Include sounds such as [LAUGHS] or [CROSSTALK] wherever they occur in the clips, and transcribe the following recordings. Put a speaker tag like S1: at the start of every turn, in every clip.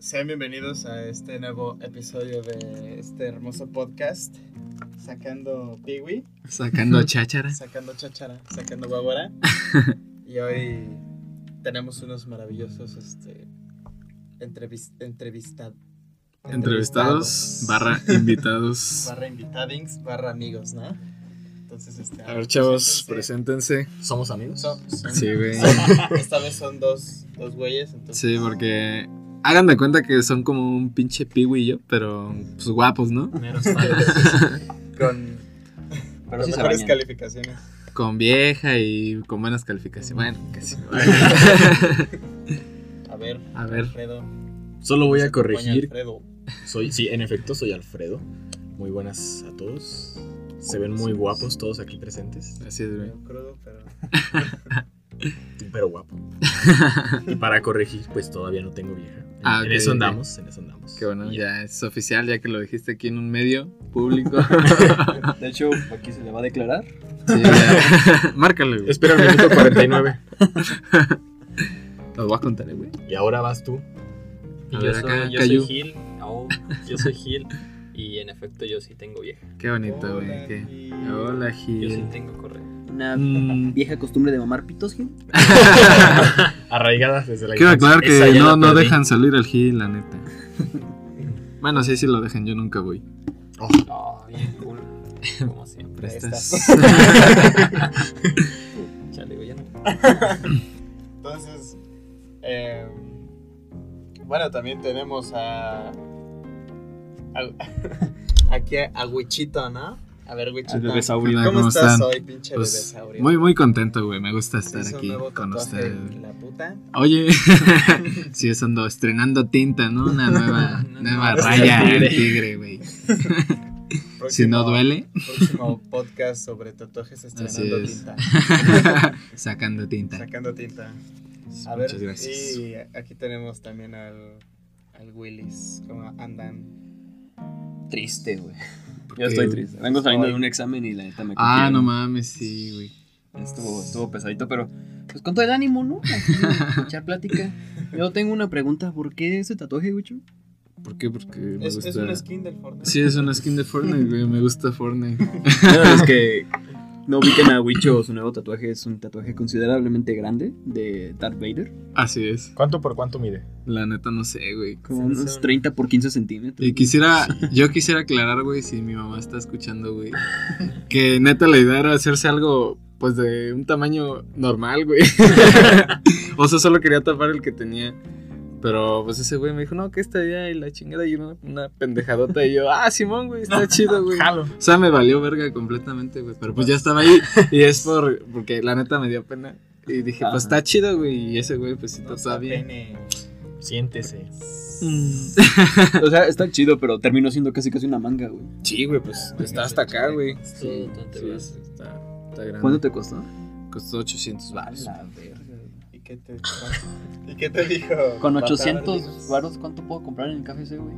S1: Sean bienvenidos a este nuevo episodio de este hermoso podcast, sacando piwi,
S2: Sacando cháchara.
S1: sacando chachara, sacando
S2: [LAUGHS]
S1: guaguara. y hoy tenemos unos maravillosos este, entrevis- entrevista-
S2: Entrevistados, barra
S1: [LAUGHS]
S2: invitados.
S1: barra invitadings, barra amigos, ¿no? Entonces, este,
S2: A ver, chavos,
S1: preséntense.
S2: preséntense.
S3: ¿Somos amigos?
S1: Son- son-
S2: [LAUGHS] Sí, güey.
S1: [LAUGHS] Esta vez son dos, dos güeyes, entonces.
S2: Sí, porque hagan de cuenta que son como un pinche piwi y yo, pero pues guapos, ¿no?
S3: Meros padres.
S1: Con, [LAUGHS]
S3: Pero
S1: con
S3: sí se
S1: mejores
S3: bañan.
S1: calificaciones.
S2: Con vieja y con buenas calificaciones. Bueno, casi.
S1: A ver,
S2: A ver.
S1: Alfredo.
S3: [LAUGHS] Solo voy a
S1: se acompaña
S3: corregir.
S1: Alfredo.
S3: Soy, sí, en efecto, soy Alfredo. Muy buenas a todos. Se ven muy guapos todos aquí presentes.
S2: Así es, güey.
S1: Medio crudo, pero.
S3: Pero
S2: [LAUGHS]
S3: guapo. Y para corregir, pues todavía no tengo vieja. En,
S2: Ah,
S3: en
S2: ok,
S3: eso
S2: ok.
S3: andamos, en eso andamos.
S2: Que bueno,
S3: Y
S2: ya es oficial, ya que lo dijiste aquí en un medio público.
S4: De hecho, aquí se le va a declarar.
S2: Sí, ya. Márcale, güey.
S3: Espera el minuto
S2: [LAUGHS]
S3: 49.
S2: Los voy a contar, güey.
S3: Y ahora vas tú.
S5: Y
S2: A
S5: yo,
S2: ver,
S5: soy,
S2: acá,
S5: yo
S2: Cayu.
S5: soy Gil. No, yo soy Gil. Y en efecto, yo sí tengo vieja.
S2: Qué bonito,
S1: Hola,
S2: güey. qué-
S1: y-
S2: Hola,
S5: Yo sí
S2: Gil.
S5: tengo correo.
S4: Una
S2: Mm.
S4: vieja costumbre de mamar pitos, Gil.
S3: Arraigadas desde la
S2: Quiero
S3: infancia.
S2: aclarar
S3: Esa
S2: que
S3: ya
S2: no,
S3: la
S2: no
S3: perdí.
S2: dejan salir al Gil,
S1: [LAUGHS]
S2: la neta. Bueno, sí, sí lo dejan, yo nunca voy.
S5: No, Ah, bien cool. Como siempre.
S2: Pero
S1: Ahí
S2: estás-
S1: [LAUGHS]
S2: [LAUGHS]
S5: Chale, güey, ya no.
S1: Entonces. eh, bueno, también tenemos a. al- [LAUGHS] aquí a, a Wichito, ¿no? A ver, Wichito. ¿Cómo,
S2: Hola, ¿cómo
S1: estás
S2: están?
S1: hoy, pinche
S2: Pues,
S1: bebesaurio?
S2: muy, muy contento, güey. Me gusta
S1: Se
S2: estar
S1: hizo un
S2: aquí
S1: nuevo
S2: con
S1: tatuaje,
S2: ustedes.
S1: La puta.
S2: Oye, [LAUGHS] sí, es ando estrenando tinta, ¿no?
S1: [LAUGHS]
S2: Una nueva,
S5: Una
S2: nueva
S5: nueva
S2: raya
S3: tigre.
S2: al tigre, güey. Si
S1: Próximo-
S2: no duele,
S1: Próximo podcast sobre tatuajes estrenando
S2: [LAUGHS] Así es.
S1: tinta.
S2: sacando tinta. Pues,
S1: Sacando tinta. A ver,
S2: Muchas gracias.
S1: y aquí tenemos también al, al Willis. ¿Cómo andan?
S4: Triste, güey.
S2: ¿Por
S4: Yo
S2: qué,
S4: estoy
S2: güey?
S4: triste. Vengo saliendo de un examen y la neta me
S2: Ah,
S4: cogieron.
S2: no mames, sí, güey.
S4: Estuvo, estuvo pesadito, pero pues con todo el ánimo, ¿no? [LAUGHS] Aquí, Echar plática. Yo tengo una pregunta. ¿Por qué ese tatuaje, güey?
S2: ¿Por qué? Porque me
S1: Es,
S2: gusta.
S1: es una skin del Fortnite.
S2: Sí, es una skin de Fortnite, güey. Me gusta Fortnite.
S4: es que no ubiquen a Wicho. Su nuevo tatuaje es un tatuaje considerablemente grande de Darth Vader.
S2: Así es.
S3: ¿Cuánto por cuánto mide?
S2: La neta no sé, güey.
S4: Como
S1: Sí,
S4: unos
S1: son-
S4: 30 por 15 centímetros.
S2: Y quisiera, yo quisiera aclarar, güey, si mi mamá está escuchando, güey, que neta la idea era hacerse algo, pues, de un tamaño normal, güey. o sea, solo quería tapar el que tenía. Pero, pues, ese güey me dijo, no, que esta idea y la chingada y una, una pendejadota. Y yo, ah, Simón, güey, está chido, güey.
S3: Jalo.
S2: O sea, me valió verga completamente, güey. Pero, pues, ya estaba ahí. Y es por, porque la neta me dio pena. Y dije, pues,
S4: Ajá.
S2: está chido, güey. Y ese güey, pues, sí,
S1: No
S2: está
S1: está
S2: bien.
S1: pene.
S2: [LAUGHS]
S3: Siéntese.
S2: Mm.
S4: [LAUGHS] O sea, está chido, pero terminó siendo casi casi una manga, güey.
S2: Sí, güey, pues, está hasta acá, güey.
S5: Sí, no te
S2: Sí,
S5: vas.
S2: está, está grande.
S4: ¿Cuánto te costó?
S2: Costó 800 baros.
S1: ¿Y qué te, [LAUGHS] ¿Y qué te dijo?
S4: Con
S1: Patada
S4: 800
S1: Rodríguez?
S4: varos, ¿cuánto puedo comprar en el KFC, güey?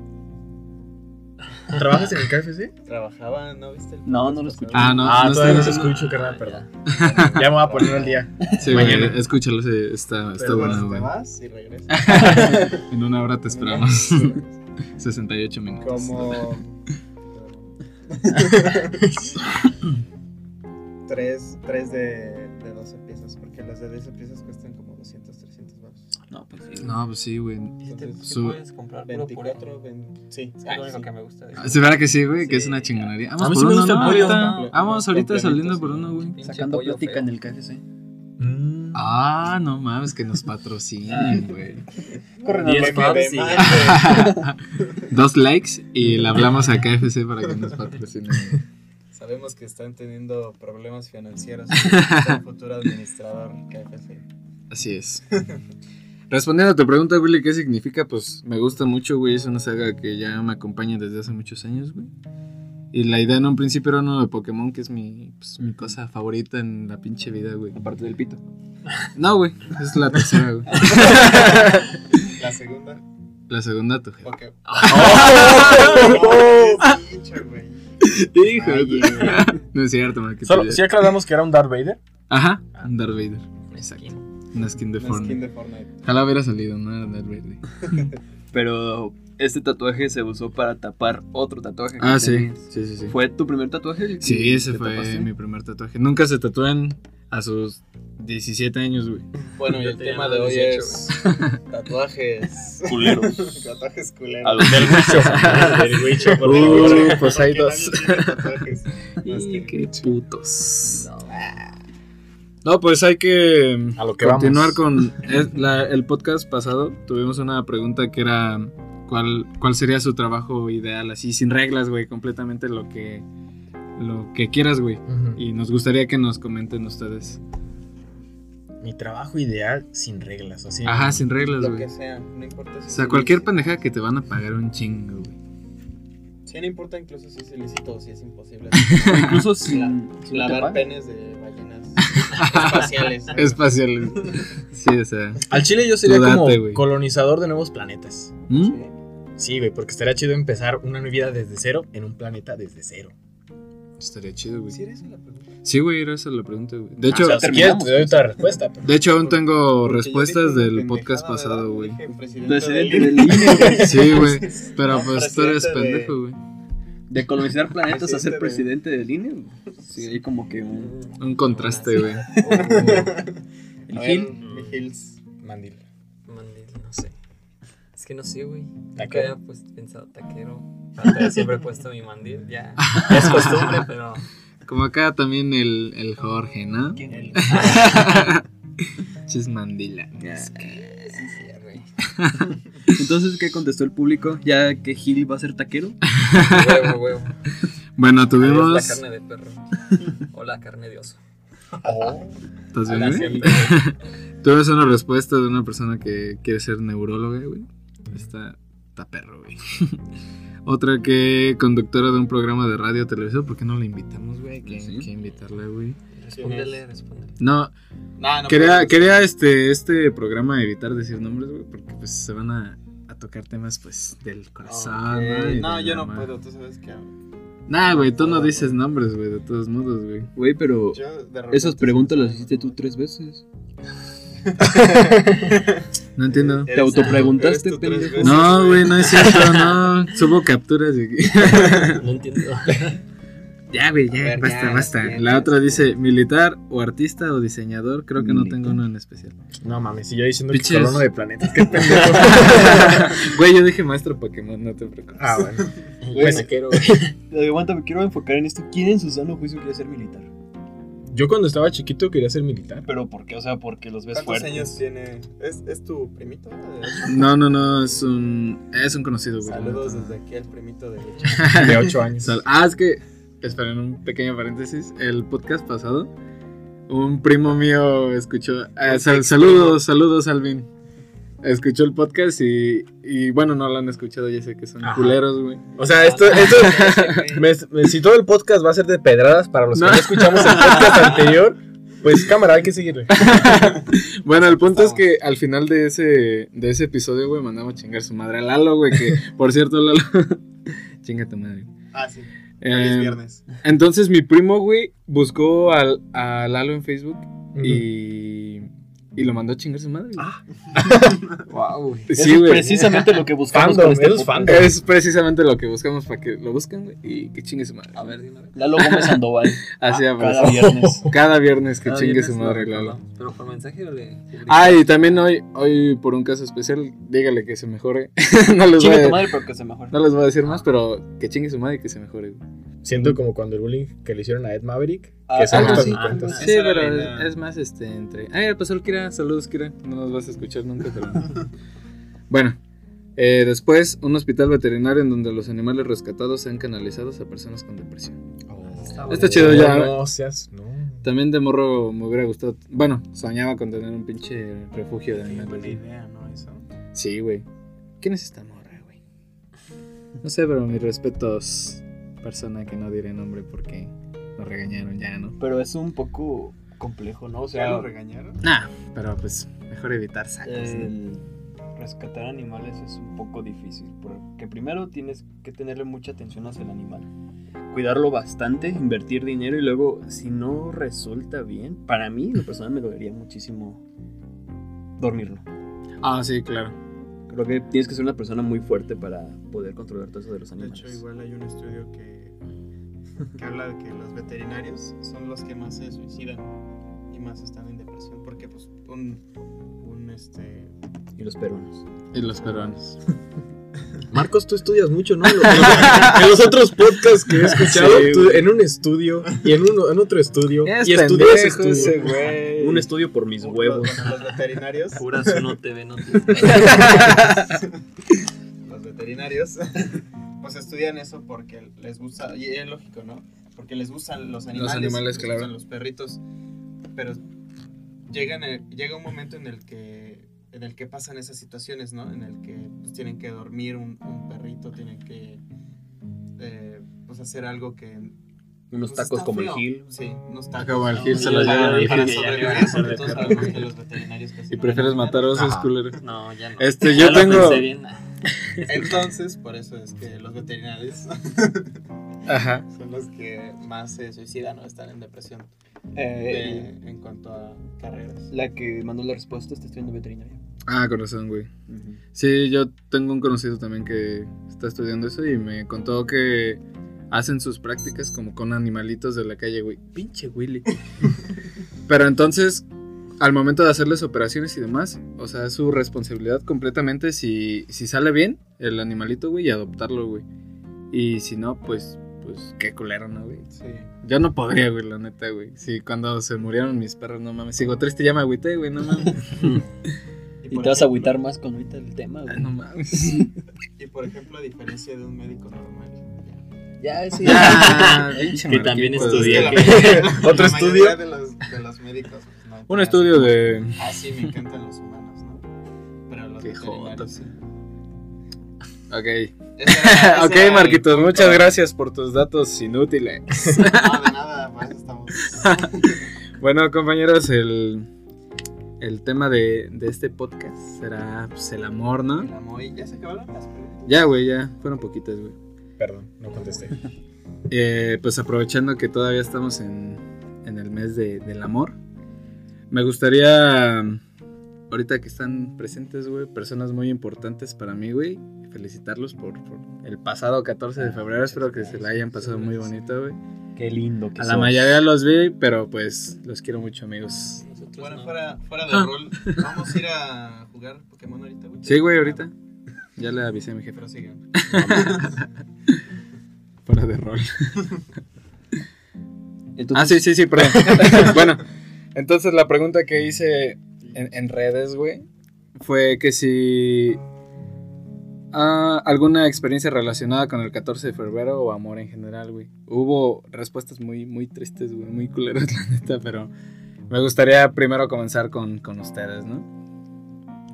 S3: ¿Trabajas en el KFC?
S1: Trabajaba, ¿no viste? El
S4: No,
S1: podcast
S4: no lo escuché.
S1: pasado?
S2: Ah, no,
S3: Ah,
S2: no
S3: todavía no
S2: está-
S3: se escucho, carnal,
S5: Ah,
S3: perdón.
S1: Trabajaba.
S3: Ya me voy a poner al día.
S2: Sí, güey,
S3: Mañana.
S2: escúchalo, sí, está, está
S1: Pero
S2: bueno,
S1: bueno, te
S2: güey.
S1: vas y regresas.
S2: En una hora te esperamos. [LAUGHS]
S1: [LAUGHS]
S2: 68 minutos.
S1: Como. tres tres de, de 12 piezas, porque las de 12 piezas cuestan como 200, 300 baros.
S4: No, pues sí.
S2: No, pues sí, güey.
S5: ¿Y te- sí
S2: Su-
S5: puedes comprar puro puré?
S1: 24, 20, sí,
S5: Es
S1: ah,
S5: lo único
S1: sí.
S5: que me gusta de
S2: Ah, Se verá que sí, güey, que es
S5: Sí. Ah,
S2: una chingonería.
S3: A
S2: Vamos
S3: mí
S2: por
S3: sí me
S2: uno,
S3: gusta
S2: ¿no?
S3: el pollo.
S2: Ahorita- Ah, Vamos ahorita
S1: Complementos,
S2: saliendo
S1: sí.
S2: por uno, güey.
S5: Pinche
S4: Sacando
S5: pollo
S4: plática
S5: feo.
S4: en el KFC.
S2: Ah, no mames, que nos
S5: Ah.
S2: patrocinen, güey.
S4: Corren
S3: Diez
S1: Porque
S3: pavos,
S1: de
S3: sí.
S1: madre,
S2: Dos likes y le hablamos a KFC para que nos patrocinen.
S5: [LAUGHS]
S2: güey.
S1: Sabemos que están teniendo problemas financieros. [LAUGHS] el futuro administrador KFC.
S2: Así es. Respondiendo a tu pregunta, Willy, ¿qué significa? Pues me gusta mucho, güey. Es una saga que ya me acompaña desde hace muchos años, güey. Y la idea en un principio era uno de Pokémon, que es mi, pues, mi cosa favorita en la pinche vida, güey.
S4: Aparte del pito.
S2: No, güey. Es la tercera, güey.
S1: La segunda.
S2: La segunda, tu jefe.
S1: Porque. ¡Oh! Pinche, güey.
S2: Hijo de-
S1: Ay,
S2: No es cierto, man. que tú
S3: Solo,
S2: ya-
S3: si aclaramos que era un Darth Vader.
S2: Ajá. Un Darth Vader.
S5: Una
S2: Exacto.
S5: skin.
S2: Una skin
S1: [LAUGHS]
S2: de
S1: Una skin
S2: Fortnite.
S1: de Fortnite.
S2: Ojalá hubiera salido, no era Darth Vader.
S4: Pero este tatuaje se usó para tapar otro tatuaje. que
S2: Ah, sí.
S4: tenías.
S2: Sí, sí, sí.
S4: ¿Fue tu primer tatuaje? el que
S2: Sí, ese
S4: te
S2: fue
S4: tapaste?
S2: mi primer tatuaje. Nunca se tatúan a sus 17 años, güey.
S1: Bueno, y
S5: Yo
S1: el
S5: tenía
S1: tema
S5: más
S1: de
S5: de
S1: hoy
S5: 18,
S1: es tatuajes.
S5: Culeros.
S1: tatuajes [LAUGHS]
S5: A
S1: culeros.
S5: los
S2: [LAUGHS]
S5: del
S3: El huicho, por favor.
S2: Uh, pues hay
S1: Porque
S2: dos.
S1: nadie tiene tatuajes. Más que-
S2: qué putos. No, pues hay que
S3: A lo Ah, que
S2: continuar
S3: vamos.
S2: con es- la- el podcast pasado. Tuvimos una pregunta que era cuál cuál sería su trabajo ideal así sin reglas, güey, completamente lo que lo que quieras, güey.
S3: Ujú.
S2: Y nos gustaría que nos comenten ustedes.
S3: Mi trabajo ideal sin reglas, así.
S2: Ajá, sin reglas,
S1: Lo que
S2: güey.
S1: sea, no importa si
S2: O
S1: es
S2: sea, cualquier
S1: ilícito.
S2: pendeja que te van a pagar un chingo, güey.
S1: Sí, no importa incluso si es ilícito o si es
S2: [LAUGHS]
S1: imposible.
S4: Incluso sin, sin
S1: Lavar
S4: tapar.
S1: penes de ballenas espaciales.
S3: Ah,
S1: ¿no?
S2: Espaciales.
S3: [LAUGHS]
S2: Sí, o sea.
S3: Al Chile yo sería
S2: Tú date,
S3: como
S2: güey.
S3: colonizador de nuevos planetas.
S2: ¿Mm?
S1: Sí.
S3: Sí, güey, porque estaría chido empezar una vida desde cero en un planeta desde cero.
S2: Estaría chido, güey.
S1: Pues ¿Sí era esa la pregunta?
S2: Sí, güey, era esa la pregunta, güey. De hecho,
S3: Ah, o sea, si quieres,
S4: terminamos.
S3: te doy otra respuesta. pero-
S2: de hecho aún
S1: Porque-
S2: tengo
S1: Porque yo
S2: respuestas
S1: dije
S2: del
S1: pendejada,
S2: podcast
S1: ¿verdad?
S2: pasado, güey.
S1: Dije Presidente,
S4: Presidente
S1: del
S4: del INE,
S2: [LAUGHS]
S4: güey.
S2: Sí, güey.
S1: [LAUGHS]
S2: Pero
S1: No,
S2: pues tú eres
S1: presidente de-
S2: pendejo, güey.
S4: De colonizar planetas a ser
S1: Presidente
S4: presidente del INE. güey. Sí, hay como que un.
S2: Un contraste, güey.
S1: [LAUGHS]
S4: El
S1: A ver,
S4: Gil.
S1: mi Hills.
S3: Mandil.
S5: Mandil, no sé. Es que no sé, güey. Nunca
S3: Taquero.
S5: había pues, pensado taquero. Hasta siempre he puesto mi mandil, ya. ya es costumbre, pero.
S2: Como acá también el, el Jorge, ¿no? [LAUGHS]
S1: El-
S2: Chis mandila.
S5: Sí, sí, güey.
S4: Entonces, ¿qué contestó el público? ¿Ya que Gil va a ser taquero?
S5: Huevo, huevo.
S2: Bueno,
S5: Adiós,
S2: tuvimos.
S5: La carne de perro. O la carne de oso.
S1: [LAUGHS]
S2: ¿Estás bien,
S5: La
S2: güey?
S5: siempre.
S2: [LAUGHS] Tuvimos una respuesta de una persona que quiere ser neuróloga, güey. Está, está perro, güey. [LAUGHS] Otra que conductora de un programa de radio televisión. ¿Por qué no la invitamos, güey? Hay que,
S4: Sí.
S2: hay que invitarla, güey.
S5: Respóndele, respóndele.
S2: No,
S1: Nah, no
S2: quería,
S1: puedo.
S2: quería este, este programa evitar decir nombres, güey, porque pues se van a, a tocar temas, pues, del
S1: Ok,
S2: corazón, ¿no? Y de
S1: Eh, No,
S2: la
S1: yo no
S2: mamá.
S1: puedo, tú sabes que
S2: Nah, güey, tú no dices nombres, güey, de todos modos, güey.
S4: Güey, pero
S1: yo de repente
S4: esas
S1: sí
S4: preguntas
S1: me
S4: las
S1: salgo,
S4: hiciste tú
S1: ¿no?
S4: tres veces.
S2: No entiendo.
S1: Eres-
S4: Te autopreguntaste,
S1: eres tú tres
S4: pendejo.
S1: veces,
S2: No, güey, no
S1: [LAUGHS]
S2: es cierto, no. Subo capturas, [LAUGHS] güey.
S5: No entiendo.
S2: [LAUGHS] Ya, güey,
S1: A
S2: ya,
S1: ver,
S2: basta,
S1: ya,
S2: basta.
S1: ya,
S2: La
S1: ya.
S2: otra dice militar o artista o diseñador. Creo que no
S4: Militar.
S2: tengo uno
S1: [LAUGHS]
S2: en especial. [LAUGHS]
S3: No mames, si yo diciendo
S2: Pinches.
S3: que colono de planetas, qué pendejo.
S2: Güey, yo dije maestro Pokémon, no te preocupes. [LAUGHS]
S3: Ah, bueno.
S5: Pues,
S4: [LAUGHS]
S5: taquero, güey.
S4: Ay, Aguanta, me quiero enfocar en esto. ¿Quién en su sano juicio quiere ser militar?
S3: Yo cuando estaba chiquito quería
S2: [LAUGHS]
S3: ser militar.
S4: ¿Pero por qué? O sea, porque los ves
S1: ¿Cuántos
S4: fuertes.
S1: años tiene? ¿Es, es tu primito? De-
S2: No, no, no, es un. Es un conocido, güey. la
S1: Saludos
S2: neta.
S1: desde aquí al primito de
S3: De 8 años.
S2: Sal- Ah, es que. Esperen un pequeño paréntesis. El podcast pasado, un primo mío escuchó. eh, sal- saludos, saludos, Alvin. Escuchó el podcast y, y bueno, no lo han escuchado, ya sé que son
S3: Ajá.
S2: culeros, güey.
S3: O sea,
S2: [LAUGHS]
S3: esto, esto [LAUGHS] me- me- si todo el podcast va a ser de pedradas para los
S2: No.
S3: Pues que no escuchamos el podcast anterior, pues cámara, hay que seguirle.
S2: [LAUGHS] Bueno, el punto es que al final de ese, de ese episodio, güey, mandamos chingar su madre a Lalo, güey,
S3: [LAUGHS]
S2: que por cierto, Lalo, [LAUGHS] chinga tu madre.
S1: Ah, sí.
S2: Eh,
S1: Feliz viernes.
S2: entonces mi primo, güey, buscó al, a Lalo en Facebook y, y lo mandó a chingar su madre. güey.
S4: Wow,
S2: Sí, güey.
S4: precisamente lo que buscamos.
S3: Fandom,
S4: con este
S3: eso es
S4: podcast.
S3: fandom.
S2: Es precisamente lo que buscamos para que lo busquen, güey, y que chingue su madre.
S5: A ver, dime.
S4: Lalo Gómez [LAUGHS] Sandoval.
S2: Así
S4: cada
S2: abrazó.
S4: viernes.
S2: [LAUGHS] Cada viernes que
S5: Ah,
S2: chingue
S5: viernes
S2: su
S5: lo
S2: madre,
S5: recordamos.
S2: Lalo.
S5: Pero por mensaje o le.
S2: Ah, y también hoy, hoy por un caso especial, dígale que se mejore. [LAUGHS] no les voy
S4: Chinga
S2: a-
S4: tu madre porque se mejora.
S2: No les voy a decir más, pero que chingue su madre y que se mejore. güey.
S3: Siento como cuando el bullying que le hicieron a Ed Maverick,
S4: Ah,
S3: que se
S2: algo
S3: juntan
S2: así.
S3: sus cuentas.
S1: Esa era la idea.
S2: más este entre. Ah, ya pasó el Kira. Saludos, Kira. No nos vas a escuchar nunca, [LAUGHS] pero. bueno. eh, después, un hospital veterinario en donde los animales rescatados sean canalizados a personas con depresión. Está chido ya.
S3: Oh. No seas, no.
S2: También de morro me hubiera gustado. Bueno, soñaba con tener un pinche refugio de animales.
S1: buena
S2: güey.
S1: idea, ¿no? Eso.
S2: Sí, güey. ¿Quién es esta morra, güey? No sé, pero mis respetos. Persona que no diré nombre porque nos regañaron ya, ¿no?
S4: Pero es un poco complejo, ¿no? O
S1: ¿Ya
S4: sea,
S1: lo regañaron?
S2: Nah, pero pues mejor evitar sacos. ¿no?
S4: el rescatar animales es un poco difícil. Porque primero tienes que tenerle mucha atención hacia el animal. Cuidarlo bastante, invertir dinero y luego, si no resulta bien, para mí, la persona me dolería muchísimo dormirlo.
S2: Ah, sí, claro.
S4: Creo creo que tienes que ser una persona muy fuerte para poder controlar todo eso de los
S1: De
S4: animales.
S1: hecho, igual hay un estudio que, que habla de que los veterinarios son los que más se suicidan y más están en depresión porque pues un, un este
S4: Y los peruanos.
S2: Y los peruanos.
S3: Marcos, tú estudias mucho, ¿no? Los- en los otros
S2: [LAUGHS]
S3: podcasts que he escuchado,
S4: Sí,
S3: tú-
S4: güey.
S3: en un estudio y en, uno, en otro estudio. y estudias
S2: pendejo ese
S4: [LAUGHS]
S2: güey.
S4: Un estudio
S1: [LAUGHS]
S4: por mis
S1: los-
S4: huevos.
S1: Los, veterinarios,
S5: Curas uno
S4: [LAUGHS]
S5: TV, no te
S1: los veterinarios [LAUGHS] pues estudian eso porque les gusta y es lógico, ¿no? Porque les gustan los animales,
S2: animales,
S1: les
S2: claro.
S1: gustan los perritos, pero llegan a- llega un momento en el que en el que pasan esas situaciones, ¿no? En el que pues, tienen que dormir un, un perrito, tienen que eh, pues hacer algo que
S4: Unos
S1: Pues
S4: tacos
S1: está
S4: como el
S1: feo.
S4: Gil.
S1: Sí, unos tacos.
S2: Acabo al Ah, Gil,
S1: ¿no?
S2: se los
S1: Para-
S2: llevan al [LAUGHS]
S1: para
S5: Gil.
S1: sobrevivir,
S5: Sí,
S1: porque todos
S5: ya, ya, ya.
S1: sabemos que los veterinarios casi
S2: Y
S1: no
S2: prefieres
S1: ganan
S2: matar osos,
S4: Ah.
S3: Ajá.
S2: culero.
S5: No, ya no.
S2: Este,
S5: Ya
S2: yo
S5: lo
S2: tengo-
S5: pensé bien.
S1: nada. Entonces, por eso es que los veterinarios
S2: Ajá.
S1: son los que más se suicidan o están en depresión
S4: Eh,
S1: de- en cuanto a carreras.
S4: La que mandó la respuesta está estudiando veterinaria.
S2: Ah, con razón, güey. Sí, yo tengo un conocido también que está estudiando eso y me contó que hacen sus prácticas como con animalitos de la calle, güey. Pinche [LAUGHS] Willy. Pero entonces, al momento de hacerles operaciones y demás, o sea, es su responsabilidad completamente si, si sale bien el animalito, güey, y adoptarlo, güey. Y si no, pues, pues, qué culero, ¿no, güey?
S1: Sí.
S2: Yo no podría, güey, la neta, güey. Sí, cuando se murieron mis perros, no mames. Sigo triste, ya me agüité, güey, no [LAUGHS] mames.
S4: Y
S1: por
S4: te vas
S1: ejemplo-
S4: a agüitar más con ahorita el tema, güey.
S2: no mames.
S1: Y por ejemplo, a diferencia de un médico normal. ya.
S4: Ya, sí.
S5: [LAUGHS]
S2: Ya, Ah, pinche
S5: Que también
S2: Marquitos.
S5: estudié.
S1: Es que la-
S2: Otro
S1: la mayoría
S2: estudio.
S1: De los, de los médicos. pues, no
S2: Un
S1: te
S2: estudio
S1: hacen-
S2: de.
S1: Ah, sí, me encantan los humanos, ¿no? Pero los
S2: Qué joto.
S1: veterinarios. sí.
S2: Ok.
S1: Ese
S2: [LAUGHS]
S1: era- ese
S2: Ok,
S1: era el
S2: Marquitos,
S1: punto.
S2: muchas gracias por tus datos inútiles.
S1: No, de nada, por eso
S2: [LAUGHS]
S1: estamos.
S2: Bueno, compañeros, el, el tema de, de este podcast será pues, el amor, ¿no?
S1: El amor, y ya se acabaron las preguntas.
S2: Ya, güey, ya. Fueron poquitas, güey.
S3: Perdón, no contesté.
S2: Eh, pues aprovechando que todavía estamos en, en el mes de- del amor, me gustaría, ahorita que están presentes, güey, personas muy importantes para mí, güey, felicitarlos por, por el pasado 14
S4: Ah,
S2: de febrero. Espero que se la hayan pasado muy bonito, güey.
S4: Qué lindo que
S2: A la
S4: sos.
S2: mayoría los vi, pero pues los quiero mucho, amigos.
S5: Nosotros
S1: Bueno,
S5: no.
S1: fuera, fuera de rol, vamos a ir a jugar Pokémon ahorita, güey.
S2: Ah. Sí, güey, ahorita. Ya le avisé a mi jefe.
S1: Pero sigan.
S2: Fuera de rol.
S4: Entonces,
S2: Ah, sí, sí, sí, perdón. [LAUGHS] bueno, entonces la pregunta que hice en, en redes, güey, fue que si ah, alguna experiencia relacionada con el 14 de febrero o amor en general, güey. Hubo respuestas muy, muy tristes, güey, muy culeras, [LAUGHS] la neta, pero me gustaría primero comenzar con, con ustedes, ¿no?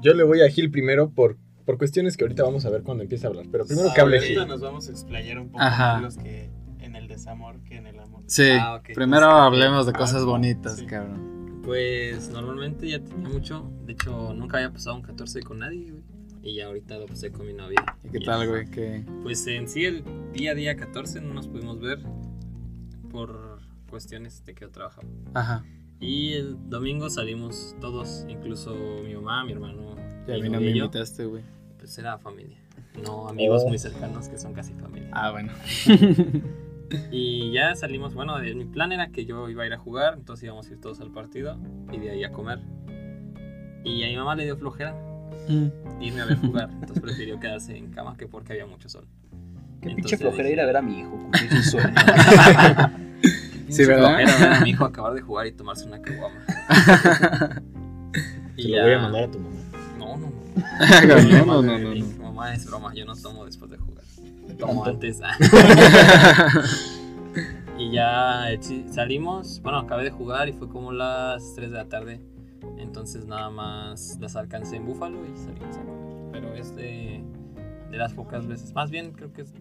S3: Yo le voy a Gil primero por, por cuestiones que ahorita vamos a ver cuando empiece a hablar. Pero primero que hable Gil.
S1: Ah, Ahorita nos vamos a explayar un poco
S2: Ajá.
S1: más los que en el desamor que en el amor.
S2: Sí.
S5: Ah, ok.
S2: Primero hablemos de cosas
S1: Ah,
S2: bonitas,
S1: sí.
S2: cabrón.
S5: Pues normalmente ya tenía mucho. De hecho, nunca había pasado un 14 con nadie, güey. Y ya ahorita lo pasé con mi novia.
S2: ¿Y qué
S5: Y
S2: tal,
S5: es-
S2: güey? ¿Qué?
S5: Pues en sí, el día a día 14 no nos pudimos ver por cuestiones de que yo trabajaba.
S2: Ajá.
S5: Y el domingo salimos todos, incluso mi mamá, mi hermano.
S2: Ya
S5: mi
S2: a mí no
S5: novia
S2: me
S5: y yo.
S2: invitaste, güey.
S5: Pues era familia. No amigos
S3: Oh.
S5: muy cercanos que son casi familia.
S2: Ah, bueno.
S5: Y ya salimos, bueno, eh, mi plan era que yo iba a ir a jugar, entonces íbamos a ir todos al partido y de ahí a comer. Y a mi mamá le dio flojera irme a
S4: [LAUGHS]
S5: ver jugar, entonces prefirió quedarse en cama que porque había mucho sol.
S4: qué pinche
S5: Entonces
S4: flojera
S5: dije-
S4: ir a ver a mi hijo. cumplir
S6: [LAUGHS]
S4: su sueño.
S2: Sí,
S5: Mucha
S2: ¿verdad?
S5: flojera ver a
S2: [LAUGHS]
S5: mi hijo acabar de jugar y tomarse una caguama.
S3: Te lo voy a mandar a tu mamá.
S5: No, no, no.
S2: [LAUGHS] no, Ah, no, no, no, [LAUGHS]
S5: Mi
S2: no.
S5: Mamá es broma, yo no tomo después de jugar. Tomo antes. [LAUGHS] Y ya eh, sí, salimos, bueno, acabé de jugar y fue como las 3 de la tarde. Entonces nada más las alcancé en Búfalo y salimos a comer. Pero es de, de las pocas veces, más bien creo que es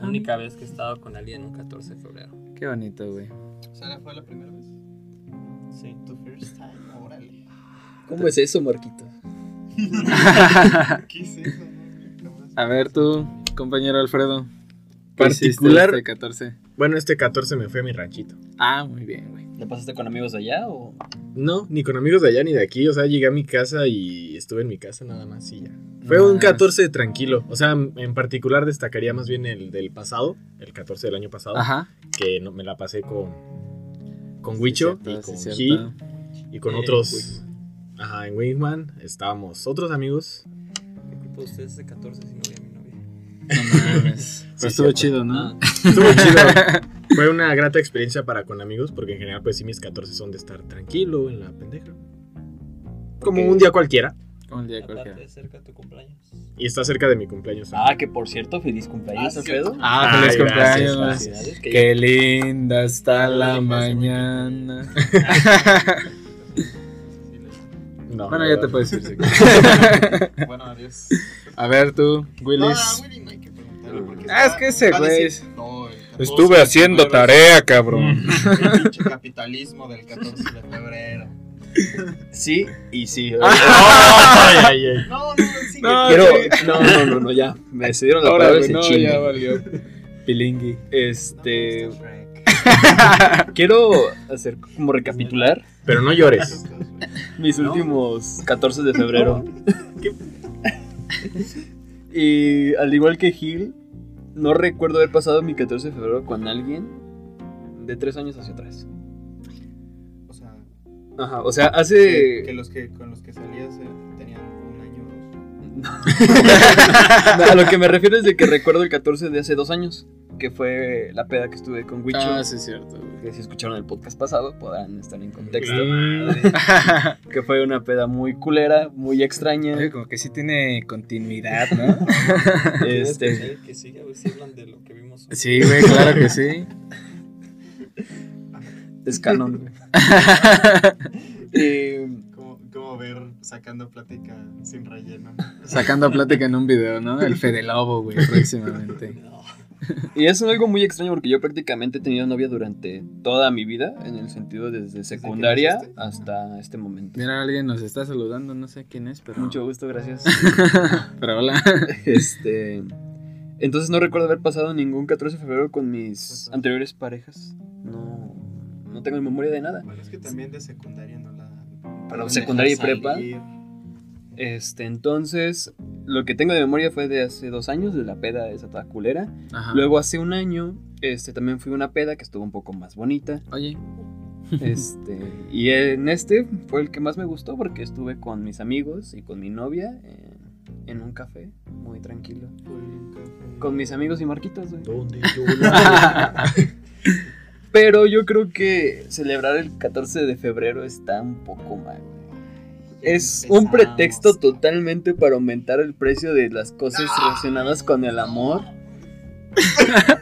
S5: la [LAUGHS] única vez que he estado con alguien un 14 de febrero.
S2: Qué bonito, güey.
S1: O sea, fue la primera vez.
S5: Sí.
S1: Tu first time, órale.
S4: ¿Cómo es eso, Marquito?
S1: [LAUGHS] ¿Qué es eso? no?
S2: A ver, tú, compañero Alfredo. ¿qué hiciste
S3: Particular.
S2: este 14.
S3: Bueno, este 14 me fui a mi ranchito.
S2: Ah, muy bien, güey.
S4: ¿La pasaste con amigos de allá o...?
S3: No, ni con amigos de allá ni de aquí. O sea, llegué a mi casa y estuve en mi casa nada más y ya. Fue un
S6: Ah.
S3: 14 tranquilo. O sea, en particular destacaría más bien el del pasado, el 14 del año pasado,
S6: Ajá.
S3: que no, me la pasé con, con
S6: Sí,
S3: Huicho
S6: cierto,
S3: y
S6: sí,
S3: con
S6: cierto.
S3: Gil y con
S5: Eh,
S3: otros. Ajá, en Wingman estábamos otros amigos.
S5: ¿Qué culpa de ustedes de 14 si no vi a mi novia?
S6: No [LAUGHS] mames. Pero
S3: Sí,
S6: estuvo
S3: cierto.
S6: chido, ¿no?
S3: Estuvo chido. Fue una grata experiencia para con amigos, porque en general, pues sí, mis 14 son de estar tranquilo en la pendeja. Como
S5: Ok.
S3: un día cualquiera.
S6: Como el día
S5: Aparte
S6: cualquiera.
S5: de cerca de tu cumpleaños.
S3: Y está cerca de mi cumpleaños.
S4: Ah, que por cierto, feliz cumpleaños,
S5: Ah, sí.
S4: Alfredo.
S6: Ah,
S3: Ay,
S6: feliz
S3: gracias,
S6: cumpleaños.
S4: Felicidades, que
S6: Qué linda está la
S1: Gracias, güey.
S6: mañana.
S1: Sí, le-
S3: No,
S6: bueno,
S3: la
S6: ya te
S3: verdad. [LAUGHS]
S6: puedes ir.
S1: bueno, adiós.
S6: A ver tú,
S1: No,
S6: Willis.
S1: a Willy no hay que preguntarle porque
S6: Ah,
S1: está-
S6: es que ese
S1: va a
S6: güey
S1: decir, "No, el 14
S6: Estuve
S1: de
S6: haciendo
S1: febrero
S6: tarea, cabrón.
S1: es [LAUGHS] El pinche capitalismo del 14 de febrero.
S4: Sí y sí.
S3: Ay, ay, ay.
S1: No, no, sí.
S6: No,
S4: Quiero...
S6: Ah, sí.
S4: No, no, no, no, ya. Me cedieron la
S6: Ahora,
S4: palabra
S6: güey,
S4: ese
S6: no,
S4: chingue.
S6: ya valió. Pilingui.
S4: Este...
S6: pues,
S4: Quiero hacer como recapitular
S3: Pero no llores.
S4: mis
S5: No.
S4: últimos 14 de febrero. y al igual que Gil, no recuerdo haber pasado mi 14 de febrero con alguien de 3 años hacia atrás.
S1: O sea,
S4: Ajá, o sea,
S1: que, que
S4: hace...
S1: los que con los que salías eh, tenían un año o dos.
S4: [LAUGHS] A lo que me refiero es de que recuerdo el 14 de hace 2 años, que fue la peda que estuve con Wicho.
S6: Ah, sí, es cierto, güey.
S4: que si escucharon el podcast pasado podrán estar en contexto.
S3: Mm,
S4: Que fue una peda muy culera, muy extraña.
S6: Oye, como que sí tiene continuidad, ¿no?
S4: este,
S5: El que sigue, a ver si hablan de lo que vimos. hoy.
S6: Sí, güey, claro que sí.
S4: es canon. [LAUGHS] güey. Eh,
S1: Como, como ver sacando plática sin relleno.
S6: Sacando plática en un video, ¿no? El Fede Lobo, güey, próximamente.
S5: No.
S4: y es algo muy extraño porque yo prácticamente he tenido novia durante toda mi vida, en el sentido desde secundaria
S1: naciste?
S4: hasta este momento.
S6: Mira, alguien nos está saludando, no sé quién es, pero.
S4: Mucho gusto, gracias.
S6: Pero [LAUGHS] hola.
S4: [LAUGHS] este, entonces no recuerdo haber pasado ningún 14 de febrero con mis anteriores parejas. No, no tengo memoria de nada.
S1: Bueno, es que también de secundaria no la.
S4: Para
S1: no
S4: secundaria y
S1: dejan
S4: prepa.
S1: salir.
S4: Este, entonces, lo que tengo de memoria fue de hace dos años, de la peda de esa toda culera.
S2: Ah.
S6: Ajá.
S4: Luego, hace un año, este, también fui a una peda que estuvo un poco más bonita.
S6: Oye.
S4: Este, y en este fue el que más me gustó porque estuve con mis amigos y con mi novia eh, en un café, muy tranquilo.
S1: pues,
S4: Con mis amigos y Marquitos, güey.
S3: ¿Dónde yo la-
S4: Pero yo creo que celebrar el 14 de febrero está un poco mal, güey. Es un
S1: Empezamos.
S4: pretexto totalmente para aumentar el precio de las cosas relacionadas con el amor.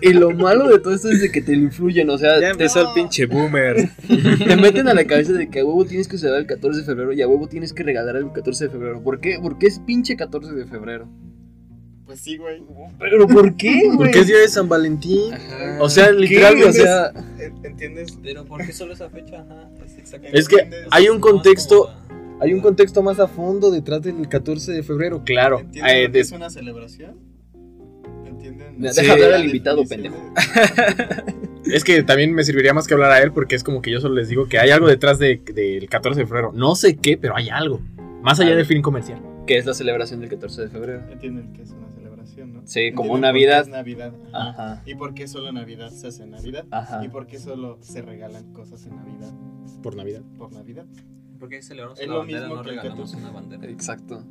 S4: Y lo malo de todo esto es de que te lo influyen, o sea,
S3: Ya
S4: te,
S3: empezó el pinche boomer.
S4: te meten a la cabeza de que a huevo tienes que celebrar el 14 de febrero y a huevo tienes que regalar el 14 de febrero. ¿Por qué? Porque es pinche 14 de febrero.
S1: Pues sí, güey.
S4: ¿Pero
S3: [LAUGHS]
S4: por qué, güey?
S3: Porque es día de San Valentín.
S4: Ajá.
S3: O sea,
S4: ¿Qué?
S3: literal, o
S4: O sea,
S1: En- ¿Entiendes?
S5: Pero ¿por qué solo esa fecha? Ajá, es exactamente.
S3: Es que hay un
S5: Más como
S3: contexto-
S5: la-
S3: Hay un contexto más a fondo detrás del 14 de febrero, claro.
S1: ¿Entiendes
S3: Eh,
S1: lo que
S3: des-
S1: es una celebración? ¿Entienden?
S4: Deja
S1: Sí.
S4: hablar
S1: La
S4: al invitado,
S1: definición
S4: pendejo.
S1: de-
S3: es que también me serviría más que hablar a él porque es como que yo solo les digo que hay algo detrás de- del 14 de febrero. No sé qué, pero hay algo. Más allá del fin comercial.
S4: ¿Qué es la celebración del 14 de febrero?
S1: Entienden que es una celebración, ¿no?
S4: Sí,
S1: Entienden por
S4: como
S1: qué
S4: Navidad.
S1: Es Navidad. Ajá.
S4: Ajá.
S1: ¿Y por qué solo Navidad se hace en Navidad?
S4: Ajá.
S1: ¿Y por qué solo se regalan cosas en Navidad
S3: Por Navidad.
S1: por Navidad?
S5: ¿Por qué celebramos
S1: Es
S5: una
S1: lo
S5: bandera?
S1: mismo
S5: No
S1: que el
S5: regalamos
S1: 14.
S5: una bandera.
S4: Exacto.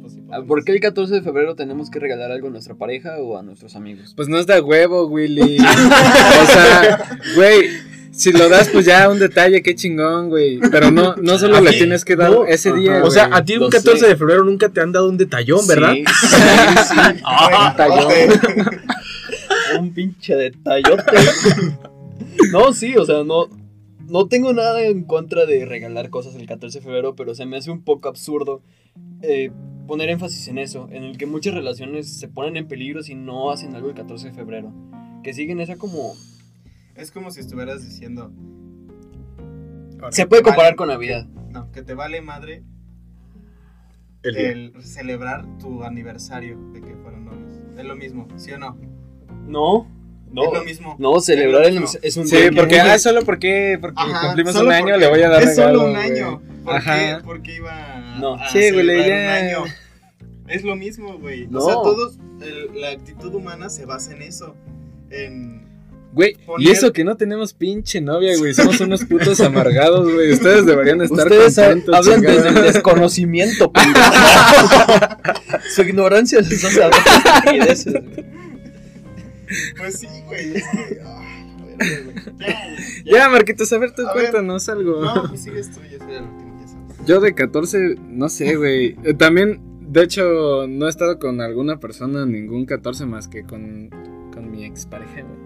S1: Pues sí,
S4: Ah,
S1: podemos.
S4: ¿Por qué el 14 de febrero tenemos que regalar algo a nuestra pareja o a nuestros amigos?
S6: Pues no es de huevo, [LAUGHS] Willy. O sea,
S4: Pues,
S6: güey, si lo das, pues ya un detalle, qué chingón, güey. Pero no, no solo le
S3: Así,
S6: tienes que dar
S3: no,
S6: ese
S4: ajá.
S6: día.
S3: O sea,
S6: güey.
S3: a ti un
S4: Lo
S3: 14
S4: sé.
S3: de febrero nunca te han dado un detallón, ¿verdad?
S4: Sí, sí, sí.
S1: Ah,
S6: [LAUGHS]
S1: ok.
S4: un pinche detallote. no, sí, o sea, no, no tengo nada en contra de regalar cosas el 14 de febrero, pero se me hace un poco absurdo eh, poner énfasis en eso, en el que muchas relaciones se ponen en peligro si no hacen algo el 14 de febrero. Que siguen esa como...
S1: Es como si estuvieras diciendo.
S4: Se puede
S1: Vale,
S4: comparar con Navidad.
S1: No, que te vale madre
S3: El día.
S1: el celebrar tu aniversario de que fueron novios. Es lo mismo, ¿sí o no?
S4: No, no.
S1: Es lo mismo.
S4: No, celebrar el,
S1: No.
S4: es un
S6: Sí,
S4: día que
S6: porque,
S4: muy-
S6: ah, solo porque, porque
S1: Ajá,
S6: cumplimos
S1: solo
S6: un año,
S1: porque
S6: le voy a dar
S1: Es solo
S6: regalo,
S1: un
S6: güey.
S1: año. ¿Por
S6: Ajá.
S1: qué? Porque iba a-
S4: No.
S1: a
S6: Sí, güey,
S1: celebrar
S6: ya.
S1: un año. Es lo mismo, güey.
S4: No.
S1: O sea, todos, el- la actitud humana se basa en eso. En...
S2: Güey, y
S1: Poner-
S2: eso que no tenemos pinche novia, güey. Somos unos putos amargados, güey. Ustedes deberían estar
S4: Ustedes ha-
S2: contentos.
S4: hablan
S2: chingada.
S4: desde
S6: [LAUGHS]
S4: el [LAUGHS] desconocimiento, pendejo. Su ignorancia les hace hablar estupideces, güey.
S1: Pues sí, güey. Es que... ah, la verga, güey. Ya,
S2: Ya, Marquitos, a ver, tú
S1: A ver.
S2: cuéntanos algo.
S1: No, pues sigues tú, yo soy el último, ya sabes.
S2: Yo de 14, no sé, güey. Eh, También, de hecho, no he estado con alguna persona, ningún 14 más que con, con mi expareja, güey.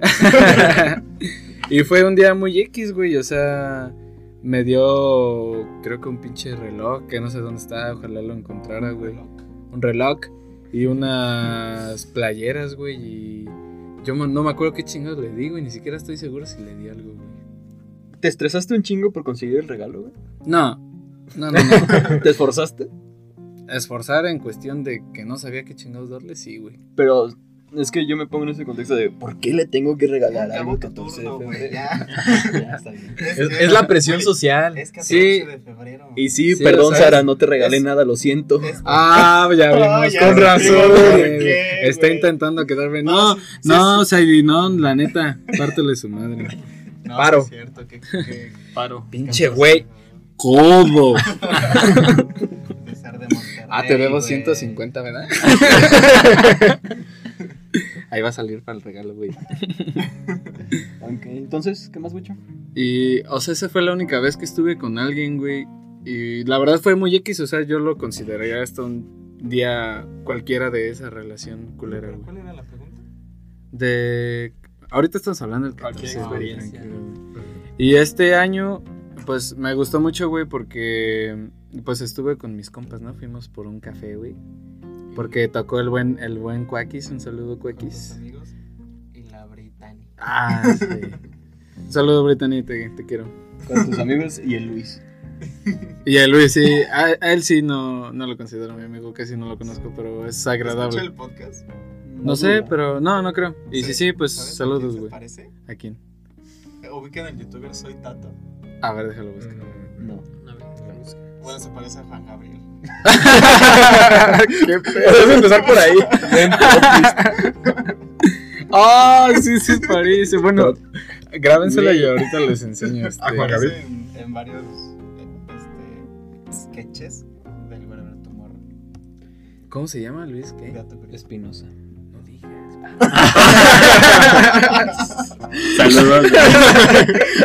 S2: [LAUGHS] y fue un día muy X, güey. O sea, me dio, creo que un pinche reloj, que no sé dónde está, ojalá lo encontrara, güey. Un reloj y unas playeras, güey. Y yo mo- no me acuerdo qué chingados le di, güey. Ni siquiera estoy seguro si le di algo, güey.
S4: ¿Te estresaste un chingo por conseguir el regalo, güey?
S2: No, no, no, no.
S4: ¿Te esforzaste?
S2: esforzar en cuestión de que no sabía qué chingados darle, sí, güey.
S4: Pero es que yo me pongo en ese contexto de ¿por qué le tengo que regalar
S1: Acabó
S4: algo el
S1: tu
S4: 14 de
S1: turno, güey.
S4: febrero?
S1: Ya.
S4: [LAUGHS] Ya, está bien.
S1: Es,
S3: Es, es la presión
S1: Güey,
S3: social.
S1: Es 14
S2: Sí.
S1: de febrero.
S4: Y sí,
S2: Sí,
S4: perdón,
S2: o sea,
S4: Sara, no te regalé
S1: es-
S4: nada, lo siento.
S1: Es-
S2: Ah,
S1: [LAUGHS]
S2: ya
S1: Ah,
S2: vimos,
S1: ya
S2: con
S1: sé,
S2: razón.
S1: güey.
S2: güey.
S1: ¿Por qué,
S2: Está
S1: güey?
S2: intentando quedarme.
S1: No,
S2: No,
S1: sí, sí,
S2: no, Saidi, no, la neta, pártele su madre.
S1: [LAUGHS] No,
S3: Paro.
S1: sí Es cierto, que... que-
S5: Paro.
S3: Pinche
S2: [LAUGHS]
S3: güey.
S2: ¿Cómo?
S1: De ser de Monterrey,
S2: Ah, te debo
S1: güey. [LAUGHS]
S2: 150, ¿verdad? Ahí va a salir para el regalo, güey.
S4: Ok, entonces, ¿qué más, mucho?
S2: Y, o sea, esa fue la única vez que estuve con alguien, güey. Y la verdad fue muy X, o sea, yo lo consideraría hasta un día cualquiera de esa relación culera,
S1: ¿Pero
S2: güey.
S1: ¿Cuál era la pregunta?
S2: De. Ahorita estamos hablando del
S5: Cualquier
S2: 14, güey,
S5: experiencia.
S2: tranquilo, güey. Y este año, pues me gustó mucho, güey, porque. Pues estuve con mis compas, ¿no? Fuimos por un café, güey. Porque tocó el buen, el buen Cuakis, un saludo
S1: Con tus
S2: Cuakis.
S1: amigos y la británica.
S2: Ah, sí.
S1: [LAUGHS]
S2: Un saludo, Brittany, te, te quiero.
S4: Con tus amigos y el Luis.
S2: Y a Luis, sí, a, a él sí no, no lo considero mi amigo, casi no lo conozco, pero es
S1: ¿Escucha
S2: agradable.
S1: el podcast?
S2: No sé,
S4: duda.
S2: pero no, no creo. Y sí,
S1: Sí,
S2: sí, pues
S1: ¿Sabes a quién
S2: saludos,
S1: se
S2: güey.
S1: parece?
S2: ¿A quién?
S1: Ubican el youtuber Soy Tato.
S2: A ver, déjalo buscar.
S4: No.
S5: No, güey.
S1: Bueno, se parece a Juan Gabriel.
S2: [LAUGHS] Qué pedo.
S3: Debes empezar por ahí.
S2: [LAUGHS] Ah, sí, sí, parece. Bueno, grábensela
S3: Güey.
S2: y ahorita les [LAUGHS] enseño. este.
S3: A Juan Gabriel.
S1: Aparece en, en varios eh, este, sketches del Whatever Tomorrow.
S2: ¿Cómo se llama Luis? ¿Qué?
S1: Gato Gris.
S4: Espinosa.
S2: No digas. [LAUGHS]
S3: Saludos.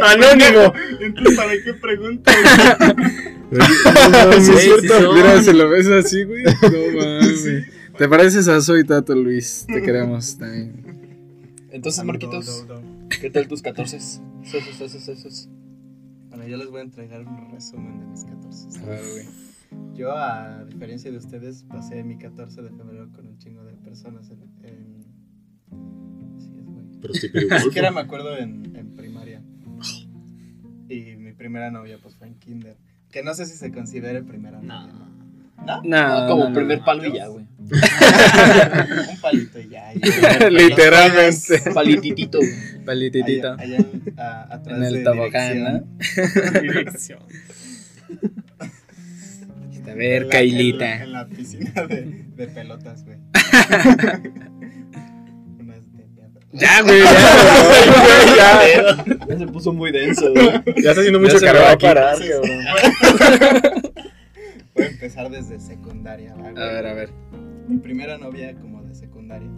S3: Anónimo.
S1: Entonces, ¿para qué pregunta?
S2: Sí,
S3: es
S2: sí,
S3: cierto.
S2: son. Mira, se lo ves así, güey. [LAUGHS] No mames. Te pareces a Soy Tato, Luis. Te queremos también.
S4: Entonces, Marquitos, ¿qué tal tus 14? Esos, esos, esos, esos.
S1: Bueno, yo les voy a entregar un resumen de mis 14.
S2: A ver, Ah, güey.
S1: Yo, a diferencia de ustedes, pasé mi 14 de febrero con un chingo de personas en... en- Así es, güey.
S3: [LAUGHS]
S1: Ni siquiera me acuerdo en, en primaria. Y mi primera novia, pues, fue en kinder. Que no sé si se considere primera
S5: No.
S1: novia.
S2: No,
S4: como
S2: no, no.
S4: primer palo y ya, [LAUGHS] güey.
S1: un palito y ya.
S2: [LAUGHS]
S1: ya.
S2: Literalmente.
S4: Palititito, güey.
S2: Palititito.
S1: Allá, allá en- a- atrás
S2: [LAUGHS] En el
S1: de
S2: tobogán,
S1: dirección. Dirección.
S2: A ver,
S1: En la- En la,
S2: Kailita.
S1: en la piscina de, de pelotas,
S2: [LAUGHS]
S1: güey. Unas de mierda.
S2: Ya, güey. [LAUGHS]
S3: Ya,
S4: Ya se puso muy denso, güey.
S3: ya está haciendo
S2: Ya
S3: mucho
S2: se me va
S3: calor
S2: a
S3: aquí.
S4: parar,
S1: Voy a empezar desde secundaria. ¿va, güey?
S2: A ver, a ver.
S1: Mi primera novia como de secundaria.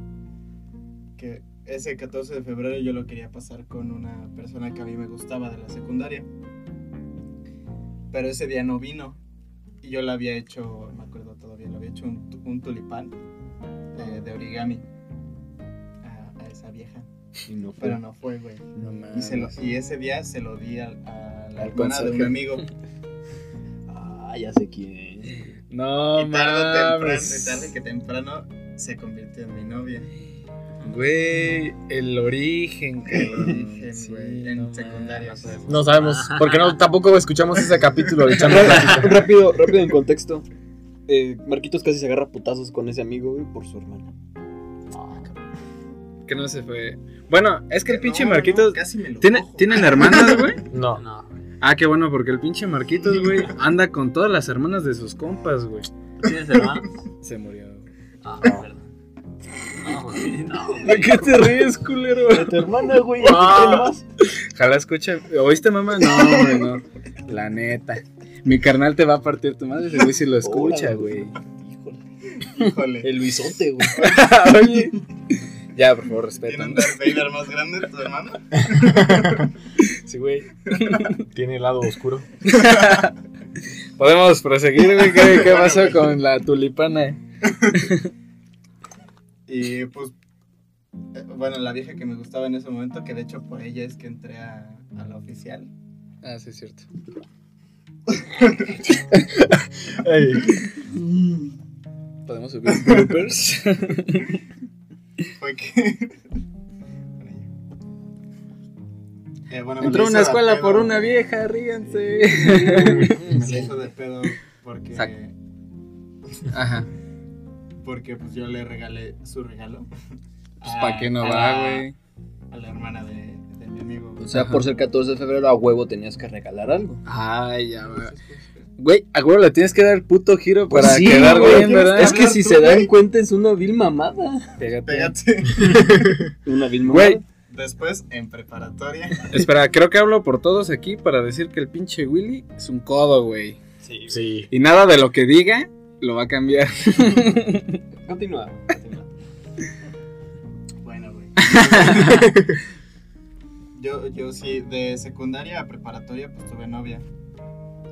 S1: Que ese 14 de febrero yo lo quería pasar con una persona que a mí me gustaba de la secundaria. Pero ese día no vino. Y yo la había hecho, me acuerdo todavía, le había hecho un, tu- un tulipán eh, de origami a, a esa vieja.
S4: Y no
S1: Pero no fue, güey.
S2: No
S1: Y, se lo-
S2: mames.
S1: y ese día se lo di al- a, la
S2: Al
S1: hermana de un
S2: conserje.
S1: amigo.
S4: Ah, ya sé quién.
S2: No
S1: y tarde, o temprano,
S2: mames.
S1: y tarde que temprano se convirtió en mi novia.
S2: Güey, el origen, cabrón.
S1: origen, güey, en
S2: no
S1: secundaria,
S2: mames.
S1: pues.
S3: No sabemos,
S5: Ah,
S3: porque no, tampoco escuchamos ese capítulo de
S4: [LAUGHS]
S3: Chamba Plática.
S4: rápido, rápido en contexto. Eh, Marquitos casi se agarra a putazos con ese amigo, güey, por su hermana.
S2: Que no se fue. Bueno, es que el pinche
S1: No, no,
S2: Marquitos.
S1: casi me lo
S2: ¿tiene-
S1: cojo.
S2: ¿Tienen hermanas, [LAUGHS] güey?
S3: No.
S5: No, güey.
S2: Ah, qué bueno, porque el pinche Marquitos, güey, anda con todas las hermanas de sus compas, güey.
S5: ¿Tienes hermanos?
S2: Se murió. güey.
S5: Ah, perdón. No, güey, no, güey.
S3: ¿De qué te ríes, culero?
S4: De tu hermana, güey. ¿de quién más?
S2: Ah. Ojalá escuche. ¿Oíste, mamá? No, hombre, no. La neta. Mi carnal te va a partir tu madre, ese güey, si lo escucha,
S4: Hola,
S2: güey.
S4: [LAUGHS] Híjole.
S1: Híjole.
S4: El Luisote, güey.
S2: Oye. Ya, por favor,
S1: ¿Tiene
S2: respeta.
S1: un
S2: ¿no?
S1: Darth Vader más grande tu hermano?
S2: Sí, güey.
S3: Tiene el lado oscuro.
S2: Podemos proseguir, güey. ¿Qué, qué pasó con la tulipana?
S1: Y pues, eh, bueno, la vieja que me gustaba en ese momento, que de hecho por ella es que entré a, a la oficial.
S2: Ah, sí, es cierto. Podemos
S4: [LAUGHS]
S2: subir bloopers.
S1: Fue que. [LAUGHS] Eh, bueno, me
S2: Entró
S1: la
S2: a una
S1: hizo de
S2: escuela
S1: pedo.
S2: por una vieja, ríanse.
S1: [LAUGHS]
S4: [LAUGHS]
S1: Me la hizo de pedo porque.
S2: Sac- Ajá.
S1: Porque pues yo le regalé su regalo.
S2: Pues
S1: a-
S2: pa' qué no
S1: a
S2: va,
S1: la-
S2: güey.
S1: A la hermana de, de mi amigo.
S2: Pues,
S4: O sea, por ser 14 de febrero, a huevo tenías que regalar algo.
S2: Ay, ya, güey. Güey, a huevo le tienes que dar el puto giro para
S4: sí,
S2: quedar
S4: güey,
S2: bien, ¿verdad?
S4: Es que si se dan cuenta, es una vil mamada.
S2: Pégate.
S1: Pégate.
S4: Una vil mamada.
S2: Güey,
S1: Después, en preparatoria.
S2: espera, creo que hablo por todos aquí para decir que el pinche Willy es un codo, güey.
S5: Sí,
S3: Sí.
S2: Y nada de lo que diga lo va a [LAUGHS] cambiar.
S5: continúa. continúa.
S1: [LAUGHS] Bueno, güey. [LAUGHS] yo, yo sí, de secundaria a preparatoria, pues tuve novia.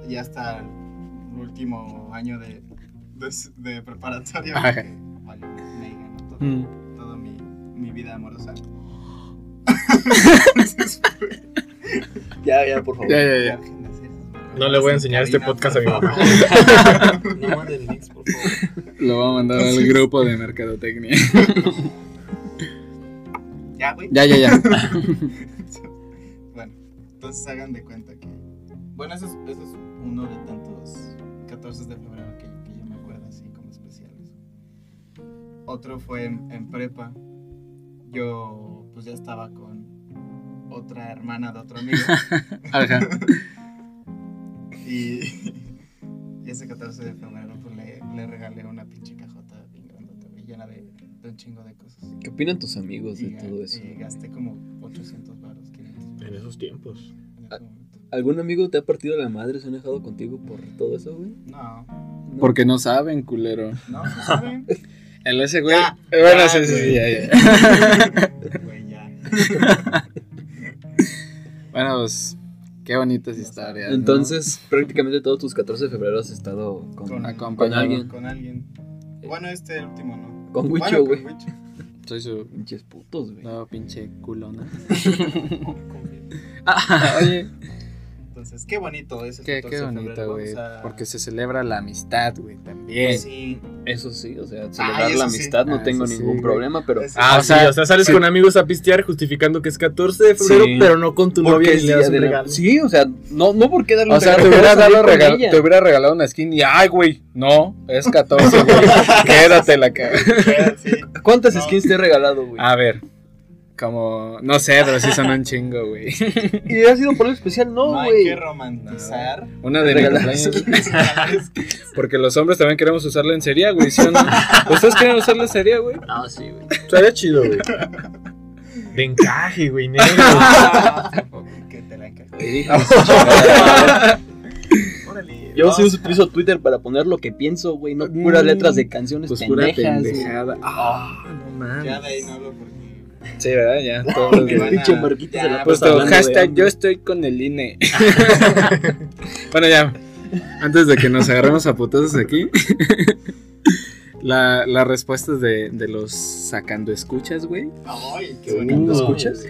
S1: Y hasta el último año de, de, de preparatoria. [LAUGHS]
S2: Ajá.
S1: porque, vale, me ganó todo,
S2: Mm.
S1: toda mi, mi vida amorosa.
S4: Ya, ya, por favor.
S2: Ya, ya, ya.
S1: Dejen de hacer esas mamadas
S3: No le voy a
S1: en
S3: enseñar este
S1: cabina,
S3: podcast a mi
S1: por
S3: mamá.
S1: favor.
S5: No manden links, por favor.
S2: Lo va a mandar al [LAUGHS] grupo de mercadotecnia. [LAUGHS]
S1: Ya, güey.
S2: ya, ya, ya.
S1: Bueno, entonces hagan de cuenta que. Bueno, eso es, eso es uno de tantos 14 de febrero que, que yo me acuerdo así como especiales. Otro fue en, en prepa. Yo, pues ya estaba con otra hermana de otro
S4: [LAUGHS]
S1: amigo.
S2: Ajá.
S1: y, [LAUGHS] y ese 14 de febrero, pues le, le regalé una pinche cajota bien grandota, güey, llena de, de un chingo de cosas.
S4: ¿Qué opinan tus amigos de
S1: Y,
S4: todo eso?
S1: y gasté como 800 baros, 500
S3: [LAUGHS] En esos tiempos.
S1: en
S4: Ah.
S1: ese momento.
S4: ¿Algún amigo te ha partido la madre? ¿Se ha enojado contigo por todo eso, güey?
S1: No,
S4: No.
S2: Porque no saben, culero.
S1: no, pues, sí saben.
S2: El ese güey. eh,
S1: Ya,
S2: bueno,
S1: ya,
S2: sí, sí, sí,
S1: güey.
S2: ya, ya.
S1: Güey, ya.
S2: Bueno, pues, qué bonitas historias. ¿no?
S4: Entonces, prácticamente todos tus 14 de febrero has estado con,
S1: Con,
S2: Acompañado.
S1: con alguien. Con alguien. Bueno, este último no.
S4: con
S1: bueno,
S4: Huicho,
S1: con
S4: güey.
S1: Huicho.
S2: Soy su.
S4: Pinches putos, güey.
S2: No, pinche culona. Ah, oye,
S1: Entonces, qué bonito es el
S2: qué,
S1: 14
S2: qué
S1: de
S2: bonito,
S1: febrero,
S2: güey.
S1: o sea,
S2: Porque se celebra la amistad, güey, también.
S1: pues sí.
S4: Eso sí, o sea, celebrar
S1: eso
S4: la
S1: sí.
S4: amistad no
S2: Ah,
S4: tengo
S2: eso sí,
S4: ningún
S2: güey.
S4: problema, pero...
S1: Es-
S3: Ah,
S2: O
S3: sí,
S2: sea,
S3: o sea, sales con amigos a pistear justificando que es 14 de febrero,
S4: Sí.
S3: pero no con tu
S4: Porque
S3: novia y
S4: es
S3: le
S4: día
S3: das
S4: de
S3: un
S4: la-
S3: regalo.
S4: Sí, o sea, no, no porque darle
S2: O sea,
S3: [LAUGHS]
S2: te
S4: regalo,
S2: hubiera,
S4: vas a
S2: dado
S4: salir con
S2: regalo,
S4: ella.
S2: te hubiera regalado una skin y, ay, güey, no,
S1: [LAUGHS]
S2: es 14, güey. Quédatela, cabrón.
S1: sí.
S2: [LAUGHS]
S4: ¿Cuántas
S1: No.
S4: skins te he regalado, güey?
S2: A ver, como, no sé, pero sí son un chingo, güey.
S4: Y ha sido por algo especial, no,
S1: No hay
S4: güey.
S1: que romantizar.
S2: Una de mis
S4: Regalarse.
S2: cumpleaños, [LAUGHS] Porque los hombres también queremos usar lencería, güey, ¿sí o no? ¿Ustedes quieren usar lencería, güey?
S5: No, sí, güey.
S3: Estaría chido, güey. De encaje, güey, negro.
S1: que te la encaje.
S4: Y dije, "Chingada".
S1: Órale.
S4: Yo
S1: no,
S4: sí uso- utilizo Twitter para poner lo que pienso, güey, no puras
S2: Mm.
S4: letras de canciones
S2: Pues pura
S4: pendejas. güey.
S2: pendejada. Ah, no
S1: Ya de ahí
S2: mames.
S1: no hablo porque.
S2: Sí, ¿verdad? Ya, todos
S1: [LAUGHS]
S2: los
S1: me van a-
S4: pinche Marquito se la
S1: ya, pues,
S2: Puesto
S4: pasa. hablando de
S2: hashtag
S4: hambre.
S2: yo estoy con el INE. [LAUGHS] bueno, ya. Antes de que nos agarremos a putazos aquí. [LAUGHS] la- Las respuestas de, de los sacando escuchas, güey.
S1: Ay, qué
S4: ¿Sacando
S1: bonito.
S4: escuchas?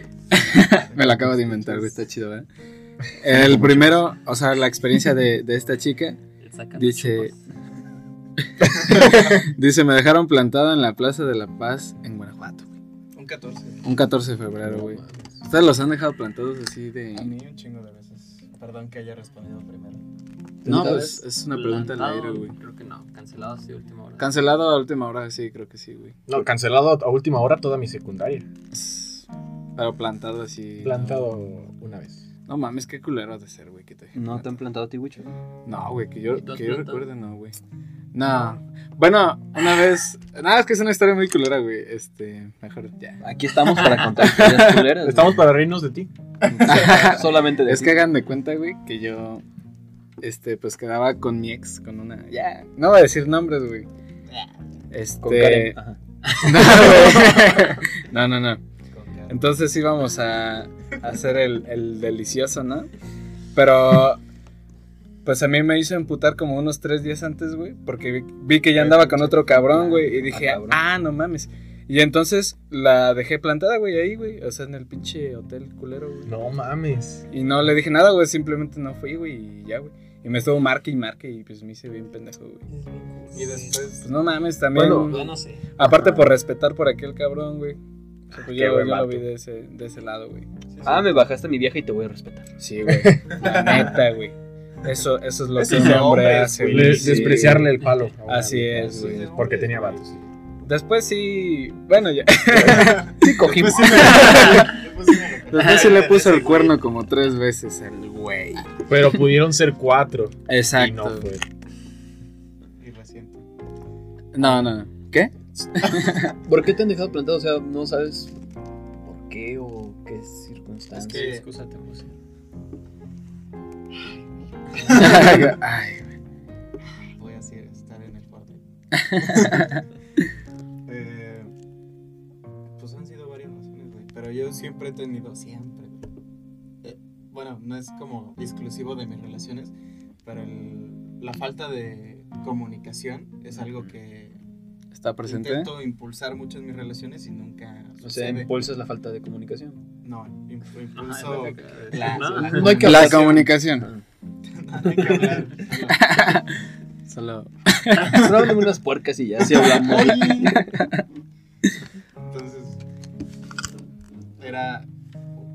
S2: Me la acabo de inventar, güey. Está chido, ¿verdad? El primero, o sea, la experiencia de, de esta chica.
S5: El sacando
S2: Dice-
S5: chupas.
S2: Dice, me dejaron plantada en la Plaza de la Paz en Guanajuato.
S1: Un 14.
S2: Un 14 de febrero, güey. Ustedes los han dejado plantados así de...
S1: A mí un chingo de veces. Perdón que haya respondido primero.
S2: No,
S4: ¿Nunca
S2: pues es una pregunta al aire,
S5: Plantado,
S2: güey.
S5: Creo que no. Cancelado así última hora.
S2: Cancelado a última hora, sí, creo que sí, güey.
S3: No, cancelado a última hora toda mi secundaria.
S2: Pero plantado así.
S3: Plantado una vez.
S2: No mames, qué culero ha de ser, güey, que te dejen
S4: No te
S2: plantar.
S4: han plantado tibucho.
S2: No, güey, que yo,
S5: ¿Y tú has
S2: que yo
S5: plantado?
S2: recuerde, no, güey. No. Bueno, una vez. Nada, es que es una historia muy culera, güey. Este, mejor ya.
S4: [LAUGHS] Aquí estamos para contar [LAUGHS] historias culeras. güey.
S3: Estamos para reírnos de ti.
S4: solamente de
S2: Es
S4: ti.
S2: que hagan de cuenta, güey, que yo. Este, pues quedaba con mi ex, con una. Ya. No voy a decir nombres, güey. Este.
S4: con Karen. Ajá.
S2: No, güey. no, no, no. Entonces íbamos a, a hacer el, el delicioso, ¿no? Pero pues a mí me hizo emputar como unos tres días antes, güey, porque vi, vi que ya andaba con otro cabrón, güey, y dije,
S4: cabrón.
S2: ah, no mames. Y entonces la dejé plantada, güey, ahí, güey, o sea, en el pinche hotel culero, güey.
S3: No mames.
S2: Y no le dije nada, güey, simplemente no fui, güey, y ya, güey. Y me estuvo marque y marque y pues me hice bien pendejo, güey.
S1: Y después.
S2: Pues no mames, también.
S3: Bueno,
S5: Yo no sé.
S2: Aparte por respetar por aquel cabrón, güey. O sea, pues
S3: Qué
S2: yo,
S3: buen
S2: yo lo
S3: vato.
S2: vi de ese, de ese lado, güey.
S4: Ah, me bajaste mi vieja y te voy a respetar.
S2: Sí, güey. [LAUGHS] La neta, güey. Eso, eso es lo
S1: Eso
S2: que
S1: es
S2: un
S1: de
S2: hombre
S1: hombres,
S2: hace,
S1: güey.
S2: güey.
S3: Le-
S2: Sí.
S3: Despreciarle el palo. a una
S2: Así
S3: vieja,
S2: es, güey.
S3: Porque tenía vatos.
S2: Después sí. Bueno, ya.
S4: Pues Sí, cogimos.
S2: Después sí le puso el cuerno como tres veces al güey.
S3: Pero pudieron ser cuatro. Y no
S2: Exacto.
S3: fue.
S1: [LAUGHS] Y lo siento.
S2: No, no. ¿Qué?
S4: ¿Por qué te han dejado plantado? O sea, no [LAUGHS] sabes por qué o qué circunstancias.
S1: que-
S5: excusa te puse.
S2: Ay, güey.
S1: Voy a hacer- estar en el cuarto. Eh, pues han sido varias razones, güey. Pero yo siempre he tenido, siempre, güey. Eh, bueno, no es como exclusivo de mis relaciones, pero el- la falta de comunicación es algo que
S2: ¿Está presente?
S1: intento impulsar mucho en mis relaciones y nunca
S4: O sea,
S1: sucede.
S4: impulsas la falta de comunicación.
S1: no, imp-
S5: Ajá, es
S1: impulso.
S5: lo que acabo de decir, ¿no?
S4: No hay que
S2: La
S4: hablar.
S2: comunicación.
S1: no, hay que hablar.
S2: Solo.
S4: No hablemos unas puercas y ya, sí hablamos.
S1: Entonces, era.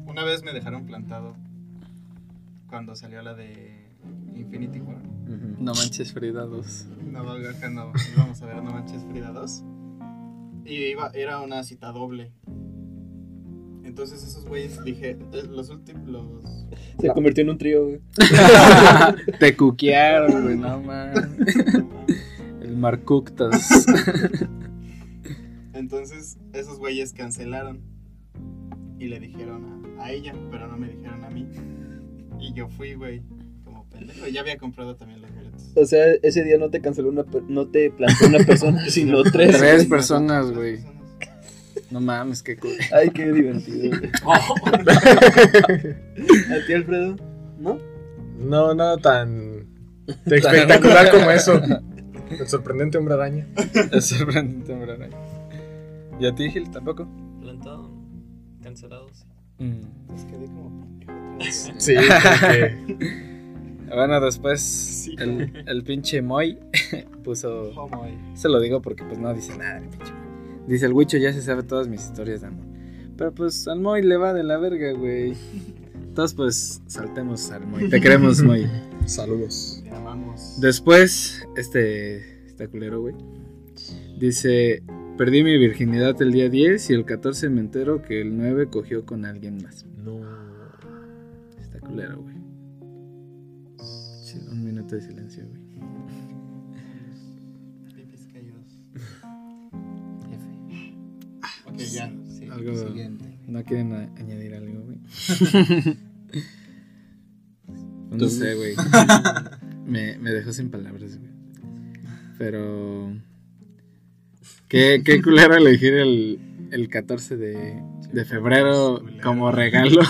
S1: Una vez me dejaron plantado cuando salió la de Infinity War.
S4: Ujú.
S2: No manches Frida 2.
S1: No, valga que no, íbamos a ver No Manches Frida 2. Y iba, era una cita doble. Entonces, esos güeyes dije, eh, los últimos. Los...
S4: Se convirtió en un trío, güey.
S2: [LAUGHS] Te cuquearon, güey,
S4: [LAUGHS]
S2: no mames. El Marcuctas.
S1: Entonces, esos güeyes cancelaron. Y le dijeron a, a ella, pero no me dijeron a mí. Y yo fui, güey, como pendejo. Ya había comprado también los boletos.
S4: O sea, ese día no te canceló una, per- no te plantó una [LAUGHS] persona, sino tres.
S2: Tres personas, güey.
S1: personas.
S2: No mames, [LAUGHS] qué cool.
S4: Ay, qué divertido. güey.
S2: Oh.
S4: ¿A ti, Alfredo? ¿No?
S3: No,
S2: [LAUGHS]
S3: nada tan espectacular como eso. El sorprendente hombre araña.
S2: Es sorprendente, en verdad. ¿Y a ti, Gil, tampoco?
S5: [LAUGHS] Plantado, cancelado, sí.
S2: Mm.
S1: Pues quedé como pendejo.
S3: [LAUGHS] Sí, porque
S2: Bueno, después
S1: el-
S2: el, pinche Moy [LAUGHS] puso.
S1: Homo, güey.
S2: Se lo digo porque pues no dice nada el pinche Moy. Dice el Wicho ya se sabe todas mis historias de amor. Pero pues al Moy le va de la verga, güey. Entonces pues saltemos al Moy. Te queremos, Moy.
S3: saludos.
S1: Te amamos.
S2: Después, este. Está culero, güey. Dice: Perdí mi virginidad el día 10 y el 14 me entero que el 9 cogió con alguien más.
S3: No.
S2: Está culero, güey. Sí, un minuto de silencio, güey.
S1: Pipis caídos. Ah, Ok, ya. Sí,
S2: Algo-
S1: siguiente.
S2: ¿No quieren a- añadir algo, güey? no sé, güey. [LAUGHS] Me, me dejó sin palabras, güey. Pero. Qué, qué culero elegir el, el 14 de, de febrero
S1: culero.
S2: como regalo.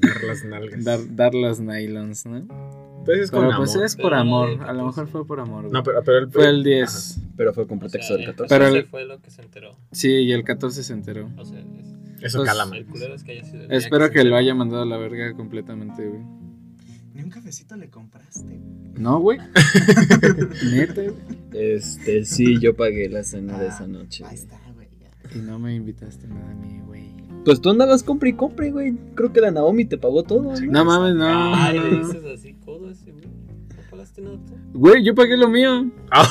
S3: Dar las nalgas.
S2: dar, dar las nylons, ¿no?
S3: Pues es con
S2: Pero
S3: amor.
S2: pues es por
S5: Pero no
S2: amor.
S5: el
S2: A lo
S5: 14.
S2: mejor fue por amor, güey.
S3: No, pero, pero el,
S2: fue el 10.
S4: Pero fue con
S5: O
S4: pretexto
S5: sea,
S4: del
S5: el
S4: 14.
S2: Pero
S5: 14
S2: el-
S5: fue lo que se enteró.
S2: Sí, y el 14 se enteró.
S5: O sea, es-
S3: Ajá. Eso
S2: Pues-
S3: cala más.
S5: el culero es que haya sido el día
S2: Espero
S5: se
S2: que lo
S5: enteró.
S2: haya mandado a la verga completamente, güey.
S1: Ni un cafecito le compraste.
S2: No, [LAUGHS] güey. Neta, güey.
S4: Este, sí, yo pagué la cena de esa noche.
S1: Ahí
S4: güey.
S1: está, güey. ya.
S2: Ah, Y no me invitaste nada a mí, güey.
S4: Pues tú andabas compra y compra, güey. Creo que la Naomi te pagó todo, ¿no?
S2: No mames, no.
S5: Ay,
S2: no,
S5: le
S2: no.
S5: dices así, codo ese, güey. ¿No pagaste nada tú?
S2: Güey, yo pagué lo mío.
S5: Nada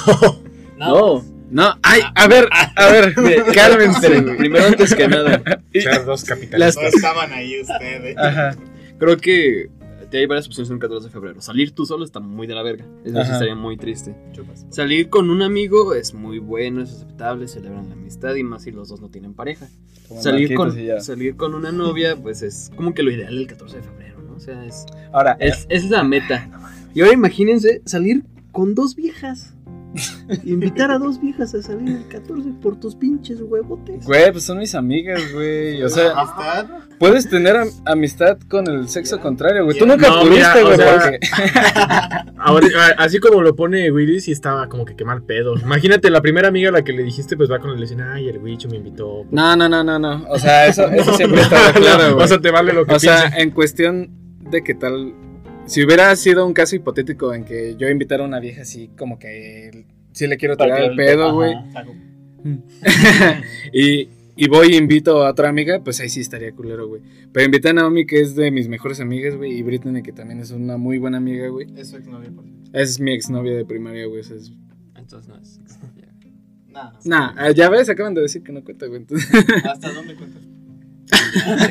S4: No.
S5: más.
S2: No, ay, a
S4: [LAUGHS]
S2: ver, a ver, cálmense,
S4: Primero antes que nada.
S3: Ser dos capitalistas.
S2: Ah,
S1: No estaban ahí ustedes.
S2: Ajá.
S4: Creo que te hay varias opciones en 14 de febrero. Salir tú solo está muy de la verga. Eso sí
S3: Ajá.
S4: estaría muy triste.
S1: Chupas.
S4: Salir con un amigo es muy bueno, es aceptable, celebran la amistad y más si los dos no tienen pareja.
S2: Como
S4: Salir con,
S2: narquitos y ya.
S4: salir con una novia, pues es como que lo ideal del 14 de febrero, ¿no? O sea, es,
S2: Ahora,
S4: es, es la meta. Y ahora imagínense salir con dos viejas. Invitar a dos viejas a salir el 14 por tus pinches huevotes.
S2: güey, pues son mis amigas, güey. O sea,
S1: Amistad.
S2: puedes tener am- amistad con el sexo contrario, güey. Tú
S1: Ya.
S2: nunca
S3: No, mira,
S2: pudiste,
S3: o
S2: güey,
S3: sea,
S2: porque-
S3: Ahora, a- así como lo pone Willy, sí estaba como que quemar pedo. Imagínate, la primera amiga a la que le dijiste, pues va con el dicen, ay, el Wicho me
S2: [LAUGHS]
S3: invitó.
S2: No, no, no, no, no. O sea, eso, eso siempre está claro, güey.
S3: [LAUGHS] o sea, te vale lo que
S2: O sea,
S3: pienses.
S2: en cuestión de que tal. Si hubiera sido un caso hipotético en que yo invitara a una vieja así, como que sí le quiero tirar el pedo, güey. y, y voy e invito a otra amiga, pues ahí sí estaría culero, güey. Pero invité a Naomi, que es de mis mejores amigas, güey. Y Brittany, que también es una muy buena amiga, güey.
S1: Eso es novia, por ejemplo.
S2: Es mi exnovia de primaria, güey. o sea, es-
S5: Entonces no es. [LAUGHS]
S4: [LAUGHS]
S1: Nada.
S2: Nah, ah, ya ves, acaban de decir que no cuenta, güey. Entonces, [LAUGHS]
S1: ¿Hasta dónde cuentas?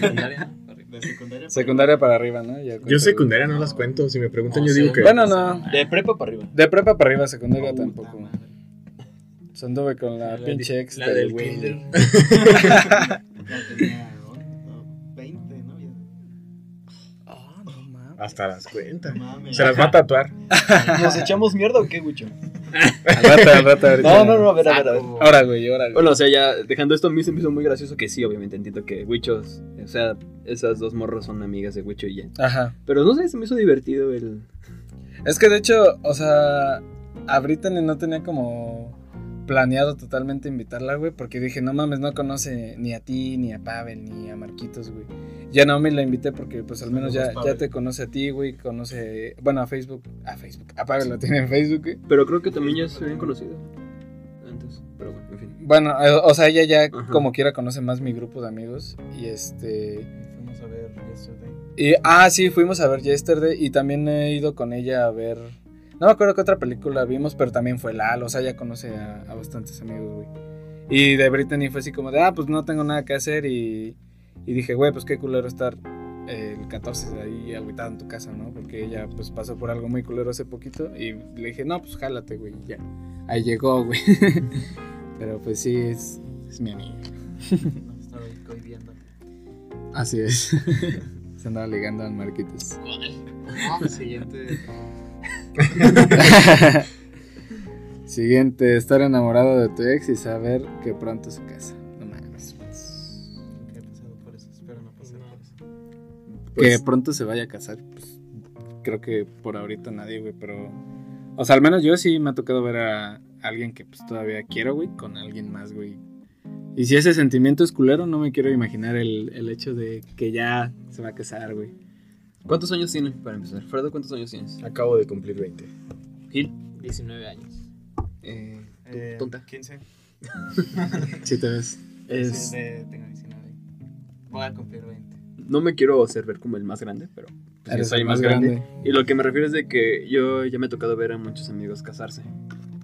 S5: Secundaria, ¿no? Correcto.
S1: De secundaria.
S2: secundaria para arriba, ¿no? Ya cuenta,
S3: yo
S2: güey.
S3: secundaria no las cuento. Si me preguntan,
S5: No,
S3: yo digo que.
S2: Bueno, no.
S4: De prepa para arriba.
S2: De prepa para arriba, secundaria
S1: Puta
S2: tampoco.
S1: madre.
S2: Pues anduve con la,
S5: La
S2: pinche ex
S5: la
S2: del
S5: del
S2: güey.
S5: kinder.
S1: Ya tenía ¿no? 20, ¿no? Ya,
S2: Ah, no mames.
S3: Hasta las cuenta.
S1: no mames.
S3: Se las va a tatuar.
S4: ¿Nos echamos mierda o
S2: [LAUGHS]
S4: qué, Wicho?
S2: Al rato, al rato, ahorita.
S4: No, no, no, a ver, a ver, a ver.
S1: Saco.
S2: Ahora, güey, ahora, güey.
S4: Bueno, o sea, ya dejando esto, a mí se me hizo muy gracioso que sí, obviamente entiendo que Wichos, o sea, esas dos morras son amigas de Wicho y ya.
S2: Ajá.
S4: Pero no sé, se me hizo divertido el.
S2: Es que de hecho, o sea, a Brittany no tenía como planeado totalmente invitarla, güey, porque dije, no mames, no conoce ni a ti, ni a Pavel, ni a Marquitos, güey. Ya Naomi la invité porque pues al menos ya,
S1: Saludos,
S2: ya
S1: Pavel.
S2: te conoce a ti, güey, conoce, bueno, a Facebook, a Facebook, a Pavel lo tiene en Facebook, güey.
S4: Pero creo que también ya se habían conocido antes. Pero bueno, en fin.
S2: Bueno, eh, o sea, ella ya
S4: Ajá.
S2: como quiera conoce más mi grupo de amigos y este...
S1: Fuimos a ver yesterday.
S2: Y, ah, sí, fuimos a ver Yesterday y también he ido con ella a ver. No me acuerdo qué otra película vimos, pero también fue Lalo, o sea, ya conoce a, a bastantes amigos, güey. Y de Brittany fue así como de, ah, pues no tengo nada que hacer y, y dije, güey, pues qué culero estar eh, el 14 de ahí agüitado en tu casa, ¿no? Porque ella pues pasó por algo muy culero hace poquito y le dije, no, pues jálate, güey, y ya. Ahí llegó, güey. [LAUGHS] pero pues sí, es, es mi amiga.
S1: Nos estaba ahí cohibiendo.
S2: Así es. [LAUGHS] Se andaba ligando al Marquitos.
S4: Ah.
S1: No, siguiente.
S2: [LAUGHS] Siguiente, estar enamorado de tu ex y saber que pronto se casa. No mames.
S1: Nunca he pasado por eso. Espero no pasar por eso.
S2: que pronto se vaya a casar, pues creo que por ahorita nadie, güey, pero... O sea, al menos yo sí me ha tocado ver a alguien que pues todavía quiero, güey, con alguien más, güey. Y si ese sentimiento es culero, no me quiero imaginar el, el hecho de que ya se va a casar, güey.
S4: ¿Cuántos años tiene para empezar? Fredo, ¿cuántos años tienes?
S3: Acabo de cumplir 20.
S4: Gil.
S5: 19 años.
S4: Eh, tú,
S1: Eh,
S4: tonta.
S1: 15.
S2: Si te ves.
S4: Es-
S1: Sí, de- tengo 19. Voy a cumplir 20.
S4: no me quiero hacer ver como el más grande, pero. pues,
S2: Eres
S4: sí, soy
S2: el
S4: más grande. Y lo que me refiero es de que yo ya me ha tocado ver a muchos amigos casarse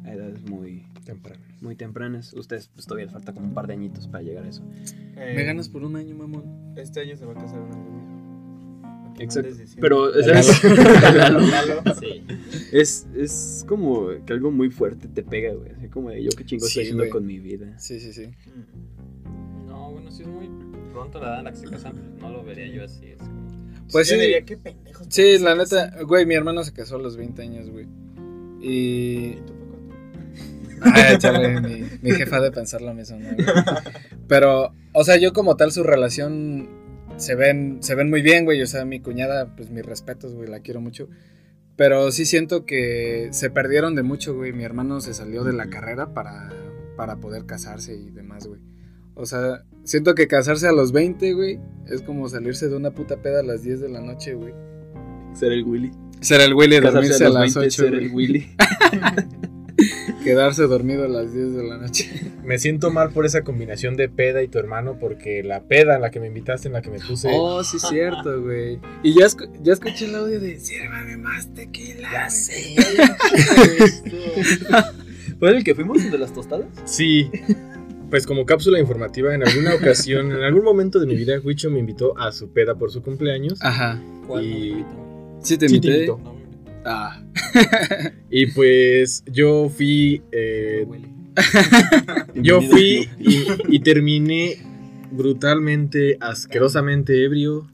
S4: a edades muy,
S3: Temprano.
S4: muy tempranas. Ustedes, pues todavía les falta como un par de añitos para llegar a eso.
S1: Eh,
S2: Me ganas por un año, mamón.
S1: Este año se va a casar una amiga.
S4: Exacto.
S1: Antes de diciembre.
S4: Pero
S2: Lalo.
S4: ¿sabes?
S2: [LAUGHS]
S1: Lalo.
S5: Sí.
S4: es, es como que algo muy fuerte te pega, güey. Así como de yo qué chingo
S2: Sí,
S4: estoy haciendo
S2: güey.
S4: con mi vida.
S2: Sí, sí, sí.
S1: Mm.
S5: No, bueno, sí es muy pronto la edad en la que se casan, pero no lo vería yo así. Es como...
S2: Pues
S1: Yo
S2: sí.
S1: diría que pendejos.
S2: Sí, la neta, güey, mi hermano se casó a los 20 años, güey.
S1: ¿Y
S2: Y...
S1: tú,
S2: Ah,
S1: Paco?
S2: Ay, chale, mi, mi jefa ha de pensar lo mismo, ¿no, güey? Pero, o sea, yo como tal, su relación se ven, se ven muy bien, güey. O sea, mi cuñada, pues mis respetos, güey, la quiero mucho. Pero sí siento que se perdieron de mucho, güey. Mi hermano se salió de la carrera para, para poder casarse y demás, güey. O sea, siento que casarse a los 20, güey, es como salirse de una puta peda a las 10 de la noche, güey.
S4: Ser el Willy.
S2: Ser el Willy, dormirse
S4: Casarse
S2: a,
S4: a
S2: las
S4: los 20,
S2: 8,
S4: ser el Willy.
S2: quedarse dormido a las 10 de la [LAUGHS] noche.
S3: Me siento mal por esa combinación de peda y tu hermano, porque la peda en la que me invitaste, en la que me puse.
S2: Oh, sí, [LAUGHS] cierto, güey. Y ya, escu- ya escuché el audio de Sírvame más tequila. güey".
S4: ¿Fue el que fuimos? ¿El de las tostadas?
S3: Sí. Pues como cápsula informativa, en alguna ocasión, en algún momento de mi vida, Huicho me invitó a su peda por su cumpleaños.
S2: Ajá.
S5: ¿Cuál?
S3: Y-
S5: No me invitó.
S2: Sí, Ah, te
S3: Sí,
S2: invité.
S3: te invitó.
S1: No, me-
S2: Ah.
S3: Y pues yo fui. eh,
S1: huele.
S3: yo fui y, y terminé brutalmente, asquerosamente ebrio.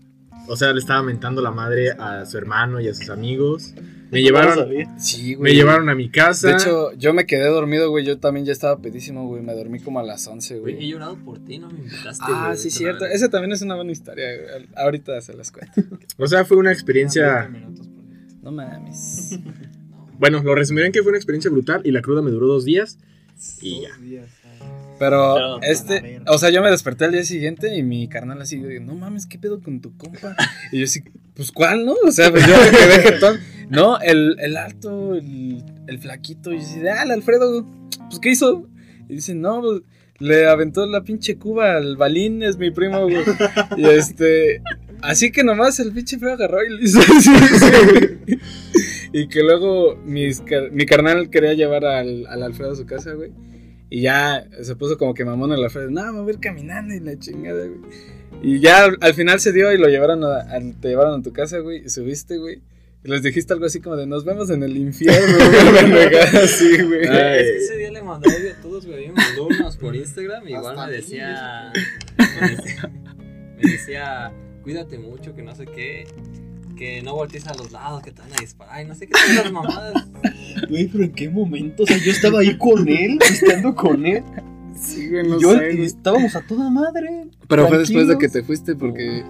S3: O sea, le estaba mentando la madre a su hermano y a sus amigos. Me llevaron,
S2: Sí, güey.
S3: me llevaron a mi casa.
S2: De hecho, yo me quedé dormido, güey. Yo también ya estaba pedísimo, güey. Me dormí como a las 11,
S5: Güey, He
S2: güey.
S5: llorado por ti, no me invitaste.
S2: Ah,
S5: güey,
S2: sí,
S5: otra
S2: cierto.
S5: vez.
S2: Esa también es una buena historia, güey. Ahorita se las cuento.
S3: o sea, fue una experiencia.
S1: 40 minutos por día.
S2: No mames.
S3: Bueno, lo resumiré en que fue una experiencia brutal y la cruda me duró dos días. Y ya.
S1: Dos días, ah.
S2: Pero
S5: Pero,
S1: a la
S2: este,
S1: verga.
S2: o sea, yo me desperté al día siguiente y mi carnal así, güey, no mames, ¿qué pedo con tu compa? Y yo así, pues ¿cuál, no? O sea, pues yo me quedé jetón. No, el, el alto, el, el flaquito, y yo así, de, ah, el Alfredo, pues ¿qué hizo? Y dice, no, pues le aventó la pinche cuba al balín, es mi primo, güey. Y este, así que nomás el pinche feo agarró y le hizo así. güey. Y que luego mis car- mi carnal quería llevar al, al Alfredo a su casa, güey. Y ya se puso como que mamón en la frente. No, me voy a ir caminando y la chingada, güey. Y ya al, al final se dio y lo llevaron a, al- te llevaron a tu casa, güey. Y subiste, güey. Y les dijiste algo así como de nos vemos en el infierno, güey. [LAUGHS] una pendejada así, güey. [LAUGHS]
S5: Güey,
S4: Ah.
S3: Ay.
S4: Eh,
S5: Es que ese día le mandé audio a todos, güey. A mí Me mandó unos por Instagram. y Igual
S1: Hasta
S5: me
S1: a mí,
S5: decía, me decía. me decía, cuídate mucho, que no sé qué. Que no voltees a los lados, que te van a disparar. Y no sé qué son las mamadas.
S4: Güey, pero en qué momento? O sea, yo estaba ahí con él, estando con él.
S2: Sí, güey, no
S4: yo
S2: sé, güey.
S4: estábamos a toda madre.
S2: Pero fue después de
S4: tranquilos.
S2: que te fuiste porque...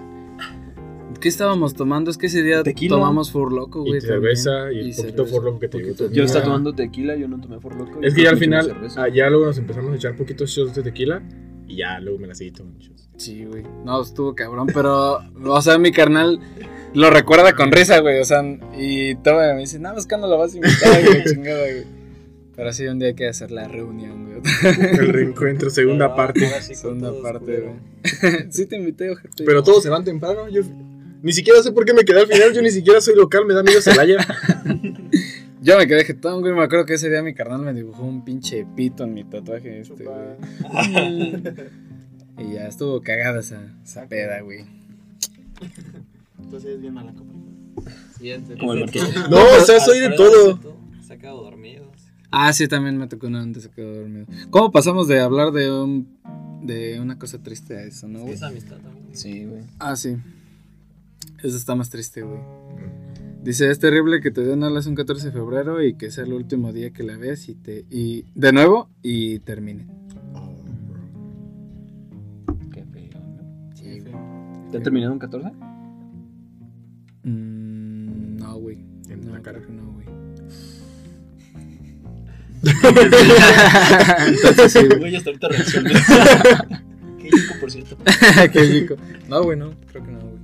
S2: ¿Qué estábamos tomando? Es que ese día
S4: Tequila.
S2: tomamos Ford Loco, güey.
S3: Y cerveza
S2: también.
S3: y el poquito
S2: cerveza.
S3: Ford Loco que te
S2: Poquito.
S3: llegó también.
S4: Yo estaba
S3: Ah.
S4: tomando tequila, yo no tomé por loco.
S3: Es que ya al final, ah, ya luego nos empezamos a echar poquitos shots de tequila y ya luego me la seguí tomando shots.
S2: Sí, güey. No, estuvo cabrón, pero, o sea, mi carnal lo recuerda con risa, güey. O sea, y todavía me dice, no, es que no la vas a invitar, güey, chingada, güey. Pero sí, un día hay que hacer la reunión, güey.
S3: El reencuentro, segunda [LAUGHS]
S5: Pero,
S3: parte.
S5: ahora sí con
S2: Segunda
S5: todos,
S2: parte,
S5: culero.
S2: güey. [LAUGHS] sí te invité, ojete.
S3: Pero todos se van temprano. Yo ni siquiera sé por qué me quedé al final. Yo ni siquiera soy local, me da miedo Celaya.
S2: Yo me quedé jetón, güey. Me acuerdo que ese día mi carnal me dibujó un pinche pito en mi tatuaje este, güey. Y ya estuvo cagada esa, esa peda, güey.
S1: Entonces es bien mala copa.
S5: Siguiente.
S4: Como el marqués.
S3: No, o sea, soy de
S5: Alfredo
S3: todo.
S5: dice tú, Se ha quedado dormido.
S2: Ah, sí, también me tocó una donde se quedó dormido. ¿Cómo pasamos de hablar de un, de una cosa triste a eso, no, güey?
S5: Es amistad también.
S4: Sí, güey.
S2: Ah, sí. Eso está más triste, güey. Dice, es terrible que te den alas un 14 de febrero y que sea el último día que la ves y te... Y de nuevo y termine.
S4: Qué feo, ¿no?
S2: Sí,
S4: ¿Te terminaron 14?
S2: Mm, no, güey.
S3: En
S2: No,
S3: la cara.
S2: creo que no, güey. Entonces sí, güey.
S4: Güey, hasta ahorita reaccioné. [LAUGHS] Qué rico, por cierto.
S2: [LAUGHS] Qué rico. No, güey, no. Creo que no, güey.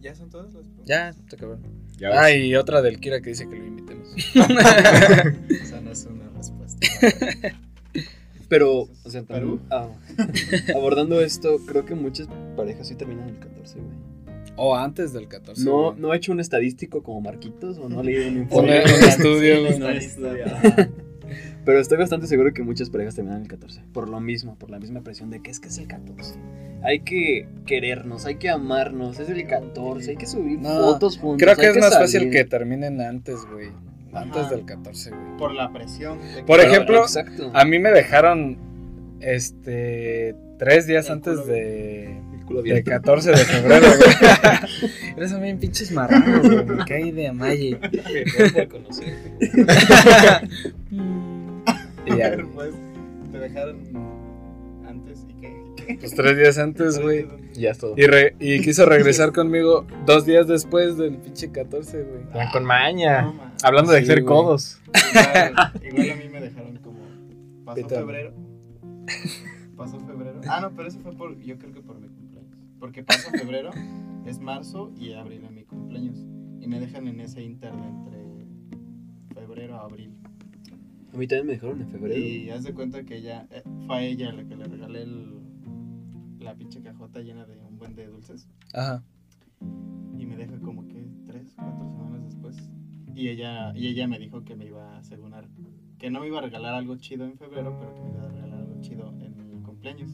S1: ¿Ya son todas las preguntas?
S2: Ya, te acabó.
S3: Ya ves.
S2: Ah, y otra del Kira que dice que lo invitemos.
S1: O sea, no es una respuesta.
S4: Pero, o sea,
S1: Perú.
S4: también, ah, [LAUGHS] abordando esto, creo que muchas parejas sí terminan el 14, güey.
S2: O antes del 14.
S4: No,
S2: güey.
S4: no he hecho un estadístico como Marquitos o no he leído un
S2: Un, un
S4: informe. [LAUGHS]
S2: estudio, güey.
S4: No he estudiado. Pero estoy bastante seguro que muchas parejas terminan el 14. Por lo mismo, por la misma presión de que es que es el 14. Hay que querernos, hay que amarnos. Es el 14, hay que subir
S2: No,
S4: fotos juntos.
S2: Creo que
S4: hay
S2: es más
S4: salir.
S2: fácil que terminen antes, güey. Antes
S1: Ajá.
S2: del 14, güey.
S1: Por la presión. de
S2: Por
S1: que-
S4: Pero,
S2: ejemplo,
S4: exacto.
S2: A mí me dejaron este tres días
S1: El
S2: antes
S1: culo
S2: de,
S4: El culo
S2: de
S4: abierto.
S2: 14 de febrero, güey. Eres a mí pinches marranos, güey. Me caí de amalle.
S5: Por conocerte.
S2: Y [LAUGHS] ya,
S1: Pero,
S2: güey.
S1: pues, te dejaron antes y que.
S2: Pues tres días antes, güey.
S3: Ya es todo.
S2: Y, re- y quiso regresar conmigo dos días después del pinche 14, güey.
S3: Van con maña.
S1: No, ma.
S3: Ah, Hablando de
S2: Sí,
S3: ser
S2: güey.
S3: codos.
S1: Igual, igual a mí me dejaron como. Pasó
S2: Pitón.
S1: febrero. Pasó febrero. Ah, no, pero eso fue por. Yo creo que por mi cumpleaños. Porque pasó febrero, es marzo y abril a mi cumpleaños. Y me dejan en ese inter de entre febrero a abril.
S4: A mí también me dejaron en febrero.
S1: Y haz de cuenta que ella. eh, fue a ella la que le regalé el- la pinche cajota llena de un buen de dulces.
S2: Ajá.
S1: Y me deja como que tres, cuatro semanas después. Y ella, y ella me dijo que me iba a asegurar, que no me iba a regalar algo chido en febrero, pero que me iba a regalar algo chido en cumpleaños.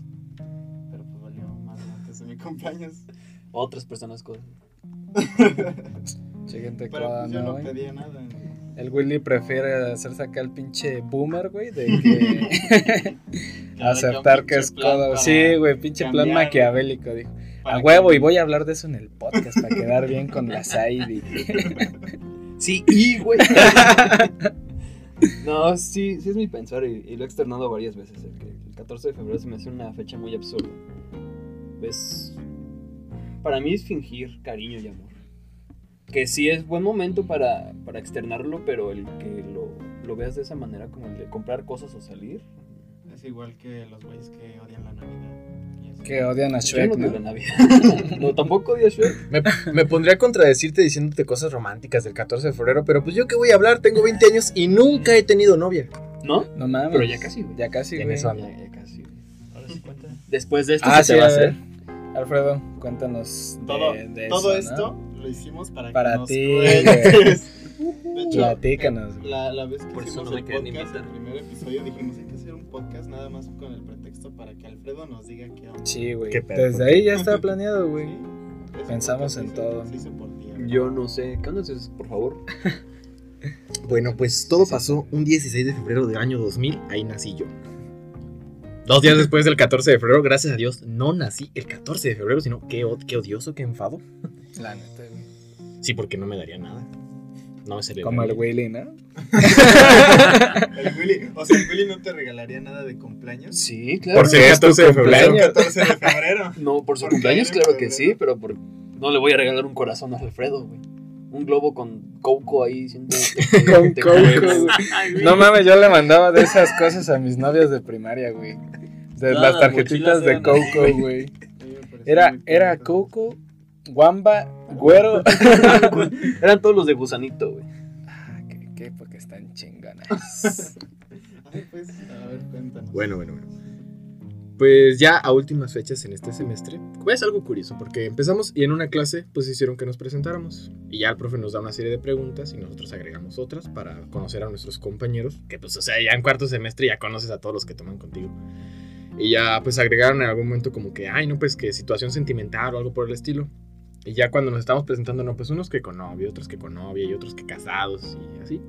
S1: Pero pues valió más antes de mi
S2: [LAUGHS]
S1: cumpleaños.
S5: Otras personas con.
S2: Siguiente
S1: Pero
S2: cuadro,
S1: pues yo no
S2: güey.
S1: pedía nada. ¿no?
S2: El Willy prefiere hacerse acá el pinche boomer, güey, de que aceptar que es
S1: Pinche plan
S2: codo.
S1: para-
S2: Sí, güey, pinche plan
S1: cambiar,
S2: maquiavélico, dijo. A
S1: para
S2: huevo,
S1: que-
S2: y voy a hablar de eso en el podcast para quedar bien con la Saidi.
S5: [LAUGHS] Sí, y güey. no, sí, sí es mi pensar y, y lo he externado varias veces. El, que el 14 de febrero se me hace una fecha muy absurda. Es. Para mí es fingir cariño y amor. Que sí es buen momento para, para externarlo, pero el que lo, lo veas de esa manera, como el de comprar cosas o salir.
S1: Es igual que los güeyes que odian la Navidad. y eso.
S2: Que odian a
S5: Yo no
S2: Shrek,
S5: odio
S2: ¿no?
S5: la Navidad. [LAUGHS] no, tampoco odio a Shrek.
S3: Me, me pondría a contradecirte diciéndote cosas románticas del 14 de febrero, pero pues yo qué voy a hablar, tengo 20 años y nunca he tenido novia.
S5: ¿No?
S2: No mames.
S5: Pero ya casi, güey.
S2: Ya casi,
S3: En
S2: güey.
S3: eso ando.
S5: Ya, ya casi. güey.
S1: Ahora sí cuenta.
S5: Después de esto,
S2: Ah,
S5: ¿qué
S2: sí,
S5: te va a
S2: a ver.
S5: hacer?
S2: Alfredo, cuéntanos de-
S1: Todo,
S2: de
S1: todo
S2: eso,
S1: esto
S2: ¿no?
S1: lo hicimos para,
S2: Para
S1: que nos
S2: ti, [LAUGHS]
S1: cuentes. De hecho,
S2: Platícanos, güey.
S1: la, la vez que
S5: Por eso
S1: hicimos
S5: no me
S1: el
S5: querían
S1: podcast,
S5: invitar.
S1: el primer episodio, dijimos hay que hacer un podcast nada más con el pretexto para que Alfredo nos diga qué onda.
S2: Sí, güey.
S3: Qué pedo.
S2: Desde ahí ya estaba planeado, güey.
S1: Sí, ese podcast
S2: Pensamos en
S1: se
S2: todo.
S1: Se hizo por ti. Alfredo.
S5: Yo no sé. ¿Qué onda es, por favor?
S3: Bueno, pues todo pasó un 16 de febrero del año 2000, ahí nací yo. Dos días después del 14 de febrero, gracias a Dios, no nací el 14 de febrero, sino qué, od- qué odioso, qué enfado.
S2: La neta, güey.
S3: Sí, porque no me daría nada. No me celebraría.
S2: Como el Willy, ¿no?
S1: El Willy, o sea, el Willy no te regalaría nada de cumpleaños.
S5: Sí, claro.
S3: Por si es tu cumpleaños.
S1: 14 de
S2: [LAUGHS]
S1: febrero.
S5: No, por su
S1: Porque
S5: cumpleaños,
S1: era en
S5: claro que sí,
S1: febrero.
S5: pero por... no le voy a regalar un corazón a Alfredo, güey. Un globo con coco
S2: [LAUGHS]
S5: ahí, siendo.
S4: este,
S2: Con coco, güey. No mames, yo le mandaba de esas cosas a mis novias de primaria, güey. De
S5: Todas
S2: las
S5: las
S2: tarjetitas
S5: mochilas
S2: de
S5: eran
S2: Coco,
S5: así,
S2: güey.
S1: A mí me pareció
S2: Era,
S1: muy
S2: era
S1: curioso.
S2: Coco, Wamba, Güero.
S5: Eran todos los de gusanito, güey.
S2: Ah, qué, qué porque están chingonas.
S1: Ay, pues, a ver, cuéntanos.
S3: Bueno, bueno, bueno. Pues ya a últimas fechas en este semestre, es algo curioso porque empezamos y en una clase pues hicieron que nos presentáramos y ya el profe nos da una serie de preguntas y nosotros agregamos otras para conocer a nuestros compañeros, que pues o sea, ya en cuarto semestre ya conoces a todos los que toman contigo. Y ya pues agregaron en algún momento como que, ay, no, pues que situación sentimental o algo por el estilo. Y ya cuando nos estábamos presentando, no, pues unos que con novio, otros que con novia y otros que casados y así.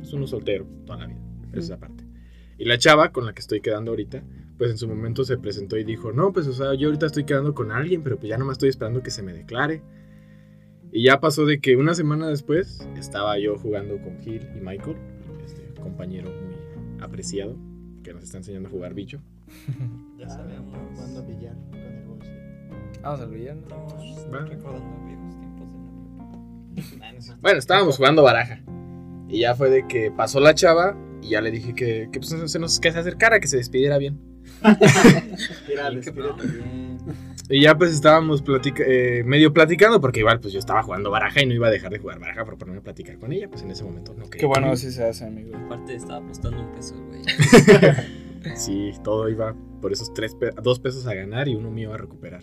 S3: Pues uno soltero toda la vida, esa es la parte. Y la chava con la que estoy quedando ahorita, pues en su momento se presentó y dijo, no, pues o sea, yo ahorita estoy quedando con alguien, pero pues ya nomás estoy esperando que se me declare. Y ya pasó de que una semana después estaba yo jugando con Gil y Michael, este compañero muy apreciado, que nos está enseñando a jugar bicho.
S1: Ya sabemos cuándo pillar con el bolsillo.
S2: Vamos al villano.
S3: Bueno.
S5: recordando viejos tiempos de
S3: Bueno, estábamos jugando baraja. Y ya fue de que pasó la chava y ya le dije que, que, pues, se nos que se acercara, que se despidiera bien.
S1: Mira,
S5: Ay, qué
S1: despídete bien.
S3: Y ya pues estábamos platica- eh, medio platicando porque igual pues yo estaba jugando baraja y no iba a dejar de jugar baraja por ponerme a platicar con ella, pues en ese momento no quería.
S2: Qué bueno así se hace, amigo.
S5: Aparte, estaba apostando un peso, güey.
S3: Sí, todo iba por esos tres pe- dos pesos a ganar y uno mío a recuperar.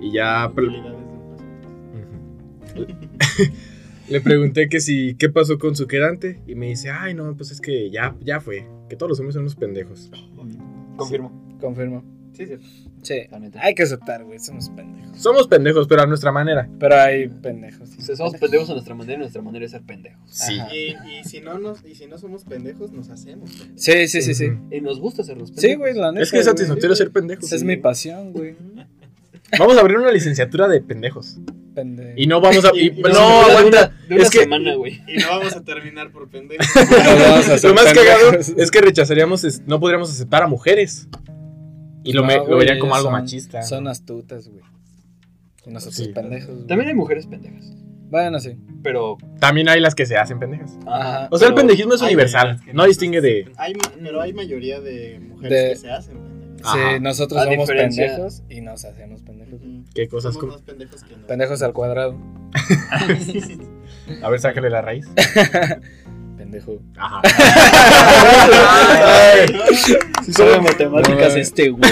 S3: Y ya pues,
S1: Habilidades de un personaje.
S3: Ujú. [LAUGHS] Le pregunté que si qué pasó con su quedante y me dice, "Ay, no, pues es que ya ya fue, que todos los hombres son unos pendejos."
S5: Confirmo.
S2: Confirmo.
S1: Sí, sí.
S2: Sí.
S5: La neta.
S2: Hay que aceptar, güey. Somos pendejos.
S3: Somos pendejos, pero a nuestra manera.
S2: Pero hay pendejos.
S5: O sea, somos pendejos a nuestra manera y nuestra manera es ser pendejos.
S3: Sí.
S2: Ajá.
S1: Y, y si no nos, y si no somos pendejos, nos hacemos. pendejos.
S2: Sí, sí, sí, sí.
S3: Ujú.
S5: Y nos gusta ser los pendejos.
S2: Sí, güey, la neta.
S3: Es que es
S2: güey.
S3: satisfactorio ser pendejo.
S2: Esa es mi pasión, güey.
S3: Vamos a abrir una licenciatura de pendejos.
S2: Pendejo.
S3: Y no vamos a.
S1: Y-
S3: y-
S1: y
S3: no,
S1: no,
S3: aguanta.
S5: De una
S3: Es que-
S5: semana, güey.
S1: Y no vamos a terminar por pendejos.
S3: Lo más cagado es que rechazaríamos, es- no podríamos aceptar a mujeres. Y lo, me-
S2: No,
S3: lo
S2: güey,
S3: verían como
S2: ellas
S3: algo
S2: son-
S3: machista.
S2: Son astutas, güey. Y nosotros
S3: Sí.
S2: pendejos. güey.
S5: También hay mujeres pendejas.
S2: Bueno, sí.
S5: Pero.
S3: También hay las que se hacen pendejas.
S5: ajá,
S3: O sea, el
S5: pero-
S3: pendejismo es
S1: Ay,
S3: universal.
S1: las que
S3: No distingue de.
S1: Hay, ma- pero hay mayoría de mujeres
S2: De-
S1: que se hacen pendejos.
S3: Ajá.
S2: Sí, nosotros
S5: A
S2: somos
S5: diferencia-
S2: pendejos y nos hacemos pendejos.
S1: Ujú.
S3: ¿Qué cosas?
S1: Somos
S3: como-
S1: más pendejos que no. [LAUGHS]
S2: Pendejos al cuadrado.
S3: A ver, sácale la raíz.
S2: Pendejo.
S3: Ajá.
S5: Sí sabe matemáticas
S3: No,
S5: este, güey.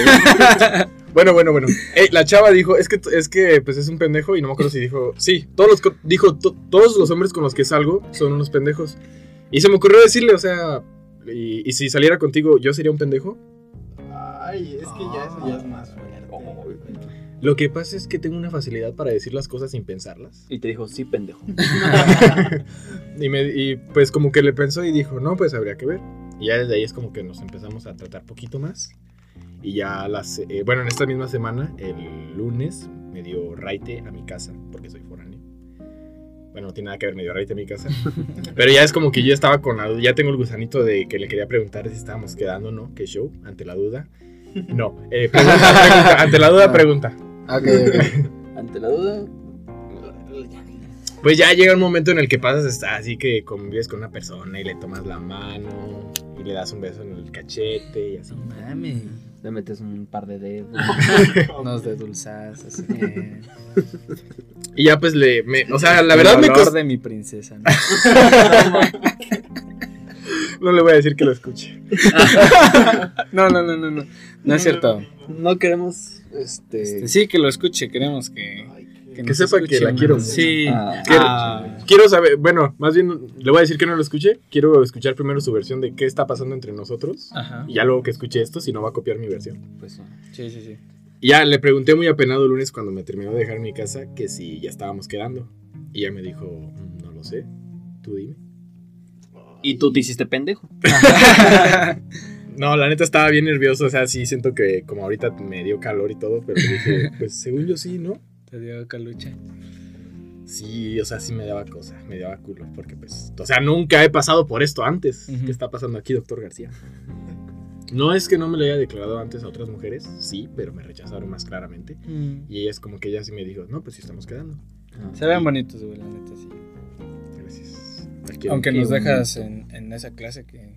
S3: Bueno, bueno, bueno. Ey, la chava dijo, es que, es que pues es un pendejo y no me acuerdo si dijo, sí, todos los, co- dijo, "To- todos los hombres con los que salgo son unos pendejos. Y se me ocurrió decirle, o sea, y, y si saliera contigo, ¿yo sería un pendejo?
S1: Ay, Ay, es que ya eso ya es más fuerte.
S3: Lo que pasa es que tengo una facilidad para decir las cosas sin pensarlas.
S4: Y te dijo, sí, pendejo.
S3: Y, me, y pues como que le pensó y dijo, no, pues habría que ver. Y ya desde ahí es como que nos empezamos a tratar poquito más. Y ya las... eh, bueno, en esta misma semana, el lunes, me dio raite a mi casa, porque soy foráneo. Bueno, no tiene nada que ver, me dio raite a mi casa. Pero ya es como que yo estaba con la duda, ya tengo el gusanito de que le quería preguntar si estábamos quedando o no, qué show, ante la duda. No, eh, pregunta, pregunta, ante la duda, pregunta.
S6: Ok, ok.
S4: Ante la duda,
S3: Pues ya llega un momento en el que pasas hasta así que convives con una persona y le tomas la mano y le das un beso en el cachete y así.
S2: Mami,
S4: le metes un par de dedos.
S2: [LAUGHS] nos desdulzas. Así.
S3: Y ya pues le, me- o sea, la verdad
S2: El
S3: me
S2: olor
S3: costó,
S2: de mi princesa. ¿no?
S3: no le voy a decir que lo escuche.
S2: [LAUGHS] No, no, no, no, no. No es cierto.
S4: No queremos, este...
S2: Este, sí, que lo escuche, queremos que.
S3: Que sepa que la quiero mucho.
S2: Sí.
S4: ah,
S3: Quiero,
S2: Ah.
S3: quiero saber, bueno, más bien le voy a decir que no lo escuche, quiero escuchar primero su versión de qué está pasando entre nosotros
S2: Ajá.
S3: y ya luego que escuche esto si no va a copiar mi versión.
S4: pues, no.
S2: Sí, sí, sí.
S3: Y ya le pregunté muy apenado el lunes cuando me terminó de dejar en mi casa que si ya estábamos quedando. Y ella me dijo, "Mm, no lo sé, tú dime.
S4: Y tú te hiciste pendejo.
S3: No, la neta estaba bien nervioso, o sea, sí siento que como ahorita me dio calor y todo,
S2: [LAUGHS]
S3: pero dije, pues según yo sí, ¿no?
S2: Te dio calucha.
S3: Sí, o sea, sí me daba cosa, me daba culo, porque pues, o sea, nunca he pasado por esto antes.
S2: Ujú.
S3: ¿Qué está pasando aquí, doctor García? No es que no me lo haya declarado antes a otras mujeres, sí, pero me rechazaron más claramente.
S2: Mm.
S3: Y ella es como que ella sí me dijo, no, pues sí estamos quedando.
S2: Se ven bonitos, güey, la neta, sí.
S3: Gracias. Te quiero.
S2: Aunque
S3: Qué
S2: nos
S3: bonito.
S2: dejas en, en esa clase que.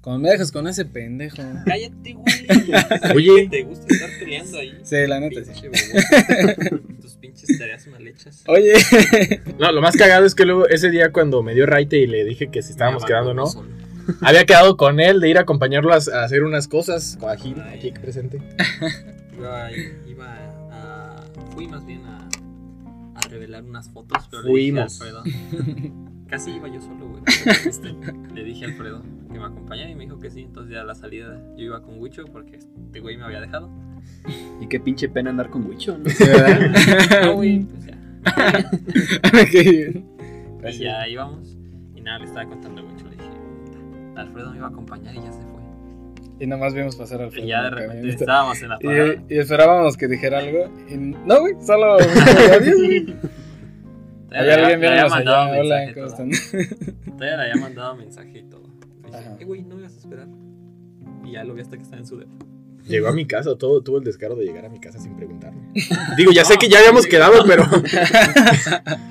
S2: Como me dejas con ese pendejo.
S5: Cállate, güey.
S3: Oye.
S5: Te gusta estar peleando ahí.
S2: Sí, la neta, sí.
S5: Pinche baboso. Tus pinches tareas mal hechas.
S2: Oye, [LAUGHS]
S3: No, lo más cagado es que luego ese día cuando me dio raite y le dije que si estábamos
S5: Me
S3: quedando o
S5: abandono
S3: no,
S5: solo.
S3: había quedado con él de ir a acompañarlo a, a hacer unas cosas. Con Agil,
S5: Ay.
S3: aquí presente.
S5: Iba, iba a. Fui más bien a, a revelar unas fotos, pero
S3: Fuimos.
S5: le dije a
S2: [LAUGHS]
S5: Alfredo. Casi iba yo solo, güey. pero este, le dije a Alfredo que me acompañara y me dijo que sí. Entonces, ya a la salida, yo iba con Wicho porque este güey me
S2: [LAUGHS]
S5: había dejado.
S4: Y qué pinche pena andar con Wicho, ¿no?
S5: No, güey, pues ya.
S2: Ok.
S5: Y ya íbamos. Y nada, le estaba contando a Wicho. Le dije, "Puta, Alfredo me iba a acompañar y ya se fue.
S2: Y nomás vimos pasar al
S5: Y
S2: frente
S5: ya de
S2: del
S5: repente
S2: camionista.
S5: estábamos en la parada.
S2: Y, y esperábamos que dijera algo. Y no, güey, solo. Adiós, güey. Hay
S5: Todavía
S2: alguien
S5: le
S2: viéndonos
S5: había
S2: allá.
S5: mandado
S2: Hola,
S5: mensaje.
S2: ¿cómo
S5: todo.
S2: están?
S5: Todavía le había mandado mensaje y todo. Le
S2: Ajá.
S5: dije, eh, güey, no me vas a esperar. Y ya lo vi hasta que estaba en su depa.
S3: Llegó a mi casa, todo tuvo el descaro de llegar a mi casa sin [LAUGHS] preguntarme. Digo, ya sé que ya habíamos quedado, [LAUGHS] pero.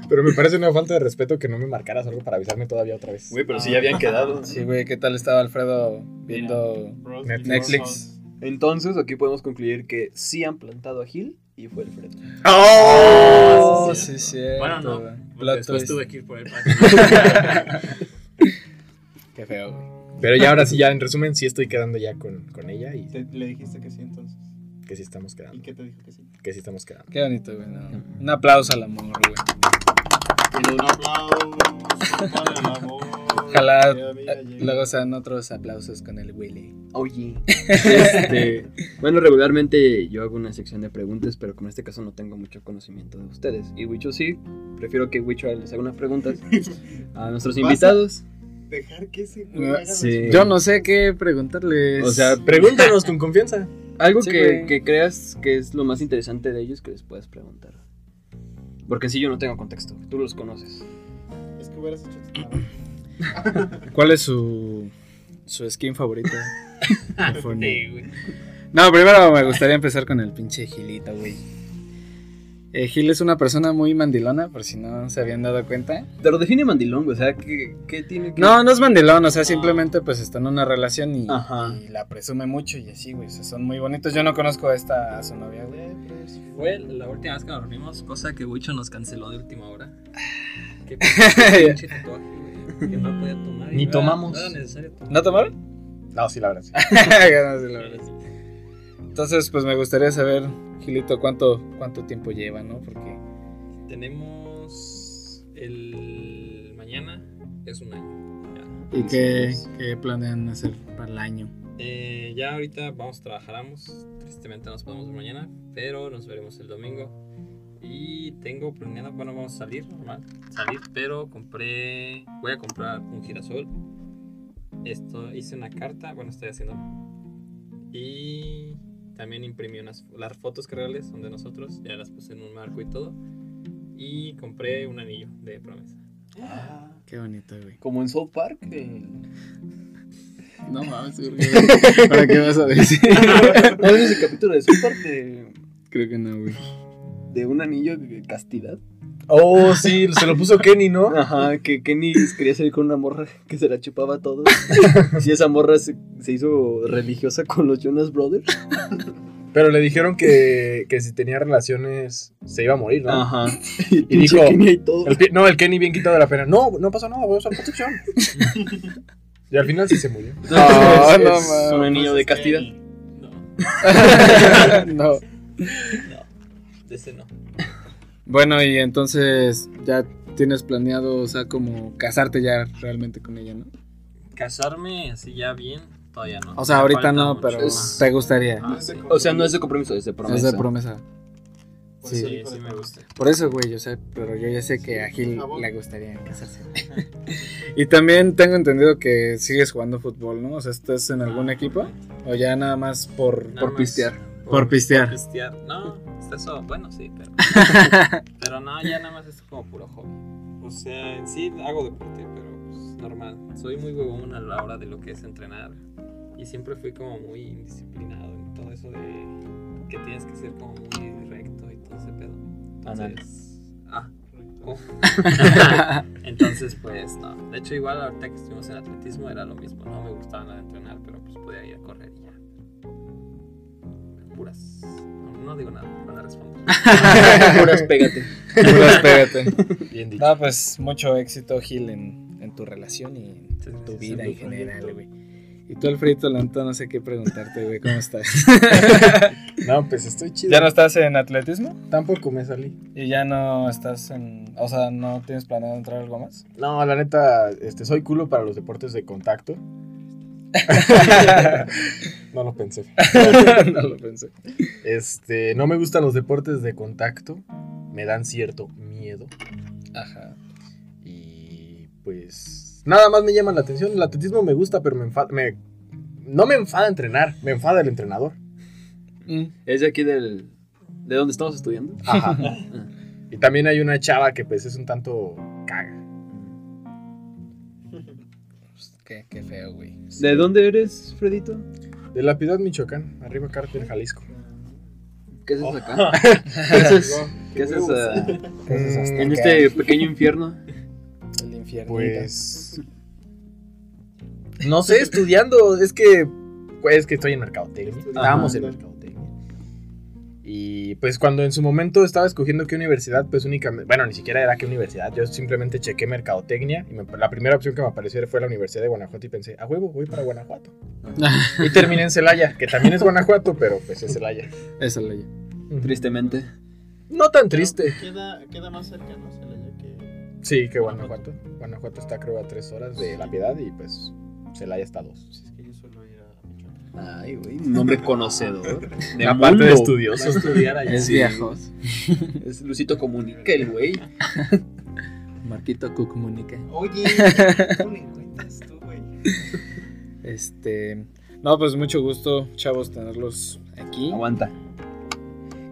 S3: pero me parece una falta de respeto que no me marcaras algo para avisarme todavía otra vez.
S4: Güey, pero sí ya
S2: Ah.
S4: habían quedado.
S2: Sí, güey, ¿qué tal estaba Alfredo viendo
S3: Netflix.
S2: Netflix?
S4: Entonces, aquí podemos concluir que sí han plantado a Gil y fue el Fred.
S3: ¡Oh!
S2: Oh, sí, sí.
S5: Bueno, no,
S2: Plot
S5: Después
S2: twist.
S5: tuve que ir
S2: [LAUGHS]
S5: por él. para-
S2: Qué feo, güey.
S3: Pero ya ahora sí, ya en resumen, sí estoy quedando ya con, con ella y
S1: Te- le dijiste que sí entonces.
S3: que sí estamos
S1: ¿Y
S3: quedando.
S1: qué te dijo que sí?
S3: Que sí estamos quedando.
S2: Qué bonito, güey. no. Un aplauso al amor, güey.
S1: Un aplauso para el amor.
S2: Ojalá
S1: Ya había
S2: eh,
S1: llegado.
S2: luego sean otros aplausos con el Willy.
S4: Oye. [LAUGHS] Este, bueno, regularmente yo hago una sección de preguntas, pero como en este caso no tengo mucho conocimiento de ustedes. Y Wicho sí, prefiero que Wicho les haga unas preguntas a nuestros invitados.
S1: Dejar que ese
S2: Ah,
S1: güey haga las-
S4: sí.
S2: Yo no sé qué preguntarles.
S4: O sea,
S3: Pregúntanos con confianza.
S4: Algo
S2: Sí,
S4: que,
S2: güey.
S4: que creas que es lo más interesante de ellos que les puedas preguntar. Porque si yo no tengo contexto, tú los conoces.
S1: Es que hubieras hecho tu trabajo.
S2: ¿cuál es su, su skin [LAUGHS] favorita? de Fortnite?
S5: Sí, güey.
S2: No, primero me gustaría empezar con el pinche Gilito, güey. Eh, Gil es una persona muy mandilona, por si no se habían dado cuenta.
S4: Pero define mandilón, güey, o sea, ¿qué, qué tiene que...?
S2: No, no es mandilón, o sea, simplemente pues está en una relación y,
S4: Ajá.
S2: y la presume mucho y así, güey. o sea, son muy bonitos. Yo no conozco a esta a su novia, güey.
S5: Fue la última vez que nos reunimos, cosa que Wicho nos canceló de última hora.
S2: [LAUGHS]
S5: Qué pinche tatuaje, güey. Que no podía tomar. y
S3: Ni
S5: no era-
S3: tomamos.
S5: No era necesario tomar.
S2: ¿No [LAUGHS] tomaron?
S3: No, sí, la verdad. sí.
S2: No, sí, la verdad. Entonces, pues me gustaría saber, Gilito, cuánto, cuánto tiempo lleva, ¿no? Porque
S5: Tenemos el mañana, es un año. ya.
S2: ¿Y qué, qué planean hacer para el año?
S5: Eh, ya ahorita vamos, trabajaremos. Tristemente nos podemos ver mañana, pero nos veremos el domingo. Y tengo planeado, bueno, vamos a salir, normal. Salir, pero compré, voy a comprar un girasol. Esto, hice una carta, bueno, estoy haciendo. Y también imprimí unas, las fotos que reales son de nosotros, ya las puse en un marco y todo. Y compré un anillo de promesa.
S6: Qué bonito, güey.
S4: Como en South Park. eh, el-
S6: No mames, güey. ¿Para qué vas a decir?
S3: [LAUGHS]
S4: ¿No es el capítulo de South Park de,
S6: Creo que no, güey.
S4: de un anillo de castidad?
S3: Oh, sí, se lo puso Kenny, ¿no?
S4: Ajá, que Kenny quería salir con una morra que se la
S3: [LAUGHS]
S4: chupaba todo. Si esa morra se, se hizo religiosa con los Jonas Brothers.
S3: Pero le dijeron que, que si tenía relaciones se iba a morir, ¿no?
S4: Ajá. [LAUGHS] Y,
S3: dijo-
S4: pinche Kenny ahí todo.
S3: El pi- no, el Kenny bien quitado de la pena. No, no pasó nada, voy a usar protección. y al final sí se murió.
S4: [LAUGHS]
S2: No, no,
S4: es un
S2: mames.
S4: anillo de castidad.
S5: No,
S2: [LAUGHS] No.
S5: de ese no.
S2: Bueno, y entonces ya tienes planeado, o sea, como casarte ya realmente con ella, ¿no?
S5: Casarme así ya bien, todavía no.
S2: O sea,
S5: Me
S2: ahorita
S5: falta
S2: no,
S5: mucho
S2: pero
S5: más.
S2: te gustaría.
S5: Ah, sí.
S4: O sea, no es de compromiso, es de promesa.
S2: Es de promesa.
S1: Por eso
S5: Pues Sí,
S1: dijo
S5: sí
S1: de
S5: me gusta.
S2: Por eso, güey, o sea, pero yo ya sé que a Gil
S1: Ah, bueno.
S2: le gustaría casarse. [LAUGHS] y también tengo entendido que sigues jugando fútbol, ¿no? O sea, ¿estás en algún equipo? ¿O ya nada más por...?
S5: Nada
S2: por
S5: más
S2: pistear?
S6: Por pistear.
S5: por pistear. No, está eso. Bueno, sí, pero. pero no, ya nada más es como puro hobby. O sea, en sí hago deporte, pero pues, normal. Soy muy huevón a la hora de lo que es entrenar. Y siempre fui como muy indisciplinado en todo eso de que tienes que ser como muy recto y todo ese pedo. Entonces. Ah. oh. [LAUGHS] Entonces, pues no. De hecho, igual ahorita que estuvimos en atletismo era lo mismo. No me gustaba nada entrenar, pero pues podía ir a correr y ya puras. No, no digo nada, van
S2: [LAUGHS]
S5: a responder.
S4: [LAUGHS] Puras, pégate.
S3: Bien dicho.
S2: No, pues mucho éxito, Gil, en, en tu relación y en
S5: Sí,
S2: tu
S5: sí,
S2: vida
S5: sí,
S2: en
S5: sí.
S2: general, güey. Y tú, Alfredito Lanta, no sé qué preguntarte, güey, ¿cómo estás?
S3: No, pues estoy
S2: [LAUGHS]
S3: chido.
S2: ¿Ya no estás en atletismo?
S3: Tampoco me salí.
S2: ¿Y ya no estás en...? O sea, ¿no tienes planeado entrar algo más?
S3: No, la neta, este, soy culo para los deportes de contacto. no lo pensé.
S2: [LAUGHS] no lo pensé.
S3: Este, no me gustan los deportes de contacto. Me dan cierto miedo.
S2: Ajá.
S3: Y pues nada más me llama la atención. El atletismo me gusta, pero me enfada. me- no me enfada entrenar, me enfada el entrenador.
S4: Es de aquí del. ¿De dónde estamos estudiando?
S3: Ajá. y también hay una chava que pues es un tanto caga.
S2: Pues, Qué, qué feo, güey.
S4: ¿De dónde eres, Fredito?
S3: De la Piedad, Michoacán, arriba Cártel, Jalisco.
S4: ¿Qué
S1: Oh.
S4: haces
S1: [LAUGHS]
S4: acá? ¿Qué haces, ¿qué haces ah, [LAUGHS]
S3: Mm,
S4: en este pequeño infierno?
S2: El infierno.
S3: Pues. No sé, estudiando. Es que. pues, es que estoy en mercadotecnia. Estábamos en mercadotecnia. Y pues cuando en su momento estaba escogiendo qué universidad, pues únicamente. Bueno, ni siquiera era qué universidad. Yo simplemente chequé mercadotecnia. Y me- la primera opción que me apareció fue la Universidad de Guanajuato. Y pensé, a huevo, voy para Guanajuato. y terminé en Celaya, que también es Guanajuato, pero pues es Celaya.
S2: Eso leí.
S4: Tristemente.
S3: No tan triste.
S1: Queda, queda más cerca, ¿no? Celaya que.
S3: Sí, que Guanajuato. Guanajuato está creo a tres horas de la piedad y pues Celaya está a dos.
S1: pues, Si es que yo suelo ir a Michoacán.
S4: Ay, güey, un hombre conocedor. [LAUGHS] De
S3: Aparte de
S4: mundo.
S5: Va
S3: estudioso.
S5: a estudiar allá.
S2: Es
S4: Sí. [LAUGHS]
S2: viejos.
S4: Es Lucito Comunica, el güey.
S2: Marquito Cucumunica.
S4: [LAUGHS]
S1: Oye, ¿cómo le encuentras tú, güey?
S2: Este. No, pues mucho gusto, chavos, tenerlos aquí.
S4: Aguanta.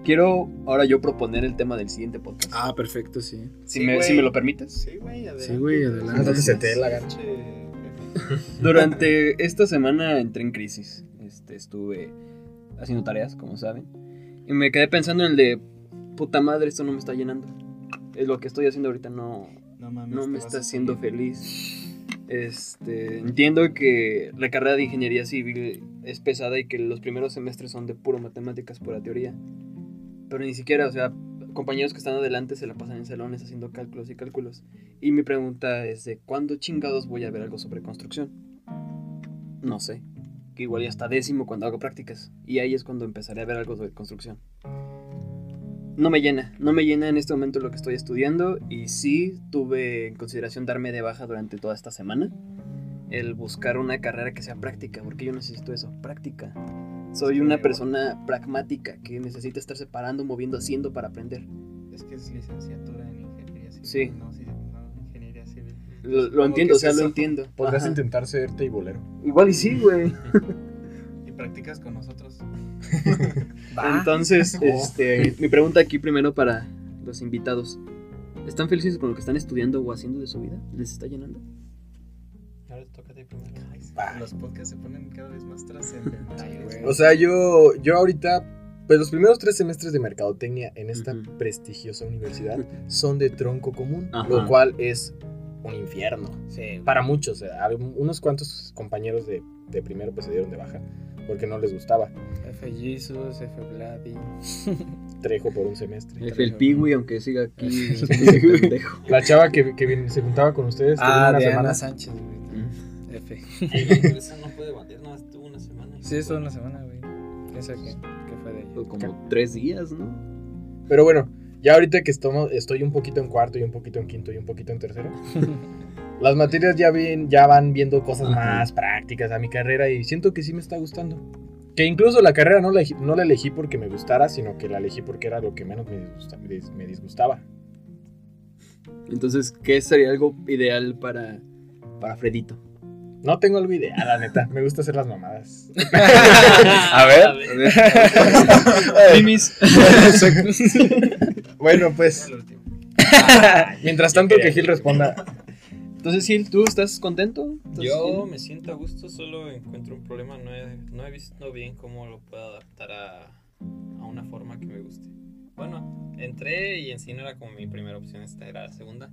S4: Quiero ahora yo proponer el tema del siguiente podcast.
S2: Ah, perfecto, sí.
S4: si,
S1: sí,
S4: me,
S1: güey.
S4: si me lo permites.
S1: Sí, güey, adelante.
S6: Sí, güey, adelante.
S3: Entonces se te dé la gana.
S1: Pinche-
S4: Durante esta semana entré en crisis. Este, estuve haciendo tareas, como saben. Y me quedé pensando en el de, puta madre, esto no me está llenando. Es lo que estoy haciendo ahorita no,
S1: No mames.
S4: no
S1: te
S4: me
S1: vas
S4: está
S1: a
S4: haciendo
S1: salir.
S4: feliz. Este, entiendo que la carrera de ingeniería civil es pesada y que los primeros semestres son de puro matemáticas, pura teoría. Pero ni siquiera, o sea, compañeros que están adelante se la pasan en salones haciendo cálculos y cálculos. Y mi pregunta es de cuándo chingados voy a ver algo sobre construcción. No sé. Que igual ya está décimo cuando hago prácticas. Y ahí es cuando empezaré a ver algo sobre construcción no me llena, no me llena en este momento lo que estoy estudiando y sí tuve en consideración darme de baja durante toda esta semana el buscar una carrera que sea práctica, porque yo necesito eso, práctica. Soy una persona pragmática que necesita estar separando, moviendo, haciendo para aprender.
S1: Es que es licenciatura en ingeniería civil.
S4: Sí.
S1: No, sí, no, ingeniería civil.
S4: Lo, lo
S1: Supongo
S4: entiendo,
S1: que
S4: o sea,
S1: es
S4: lo
S1: eso.
S4: entiendo.
S3: Podrías
S4: Ajá. Ah,
S3: intentar ser teibolero.
S4: Igual y sí, güey.
S1: Y practicas con nosotros.
S4: [LAUGHS] Entonces, este, mi pregunta aquí primero para los invitados. ¿Están felices con lo que están estudiando o haciendo de su vida? ¿Les está llenando?
S5: Ahora te toca a ti primero.
S1: Los podcasts se ponen cada vez más trascendentales.
S3: O sea, yo, yo ahorita, pues los primeros tres semestres de mercadotecnia en esta
S4: Ujú.
S3: prestigiosa universidad son de tronco común,
S4: Ajá.
S3: lo cual es un infierno.
S2: Sí,
S3: Para muchos, eh, hab- unos cuantos compañeros de, de primero pues se dieron de baja porque no les gustaba.
S2: F. Jesus, F. Vladi.
S3: Trejo por un semestre.
S2: F el
S4: Pi,
S2: pi,
S4: güey, aunque siga aquí.
S3: pendejo. La chava que, que vin- se juntaba con ustedes que vino
S2: Ah,
S3: una
S2: Diana
S3: semana.
S2: Sánchez, güey. F.
S5: [LAUGHS] Esa no puede bater, no, estuvo una semana.
S2: Sí, eso una semana, güey. Esa que, que fue de ella.
S4: Como tres días, ¿no?
S3: Pero bueno, ya ahorita que estamos, estoy un poquito en cuarto y un poquito en quinto y un poquito en tercero. las materias ya, ven- ya van viendo cosas más prácticas a mi carrera y siento que sí me está gustando. Que incluso la carrera no la, elegí- no la elegí porque me gustara, sino que la elegí porque era lo que menos me, disgusta- me dis- me disgustaba.
S4: Entonces, ¿qué sería algo ideal para, para Fredito?
S3: No tengo algo ideal, la neta. Me gusta hacer las mamadas.
S5: a
S3: ver.
S4: Mimis.
S3: bueno, pues,
S1: El último.
S3: mientras tanto que Gil responda.
S4: Entonces, Gil, ¿tú estás contento? ¿Estás
S5: Yo
S4: bien?
S5: me siento a gusto, solo encuentro un problema. No he, no he visto bien cómo lo puedo adaptar a, a una forma que me guste. Bueno, entré y en sí no era como mi primera opción, esta era la segunda.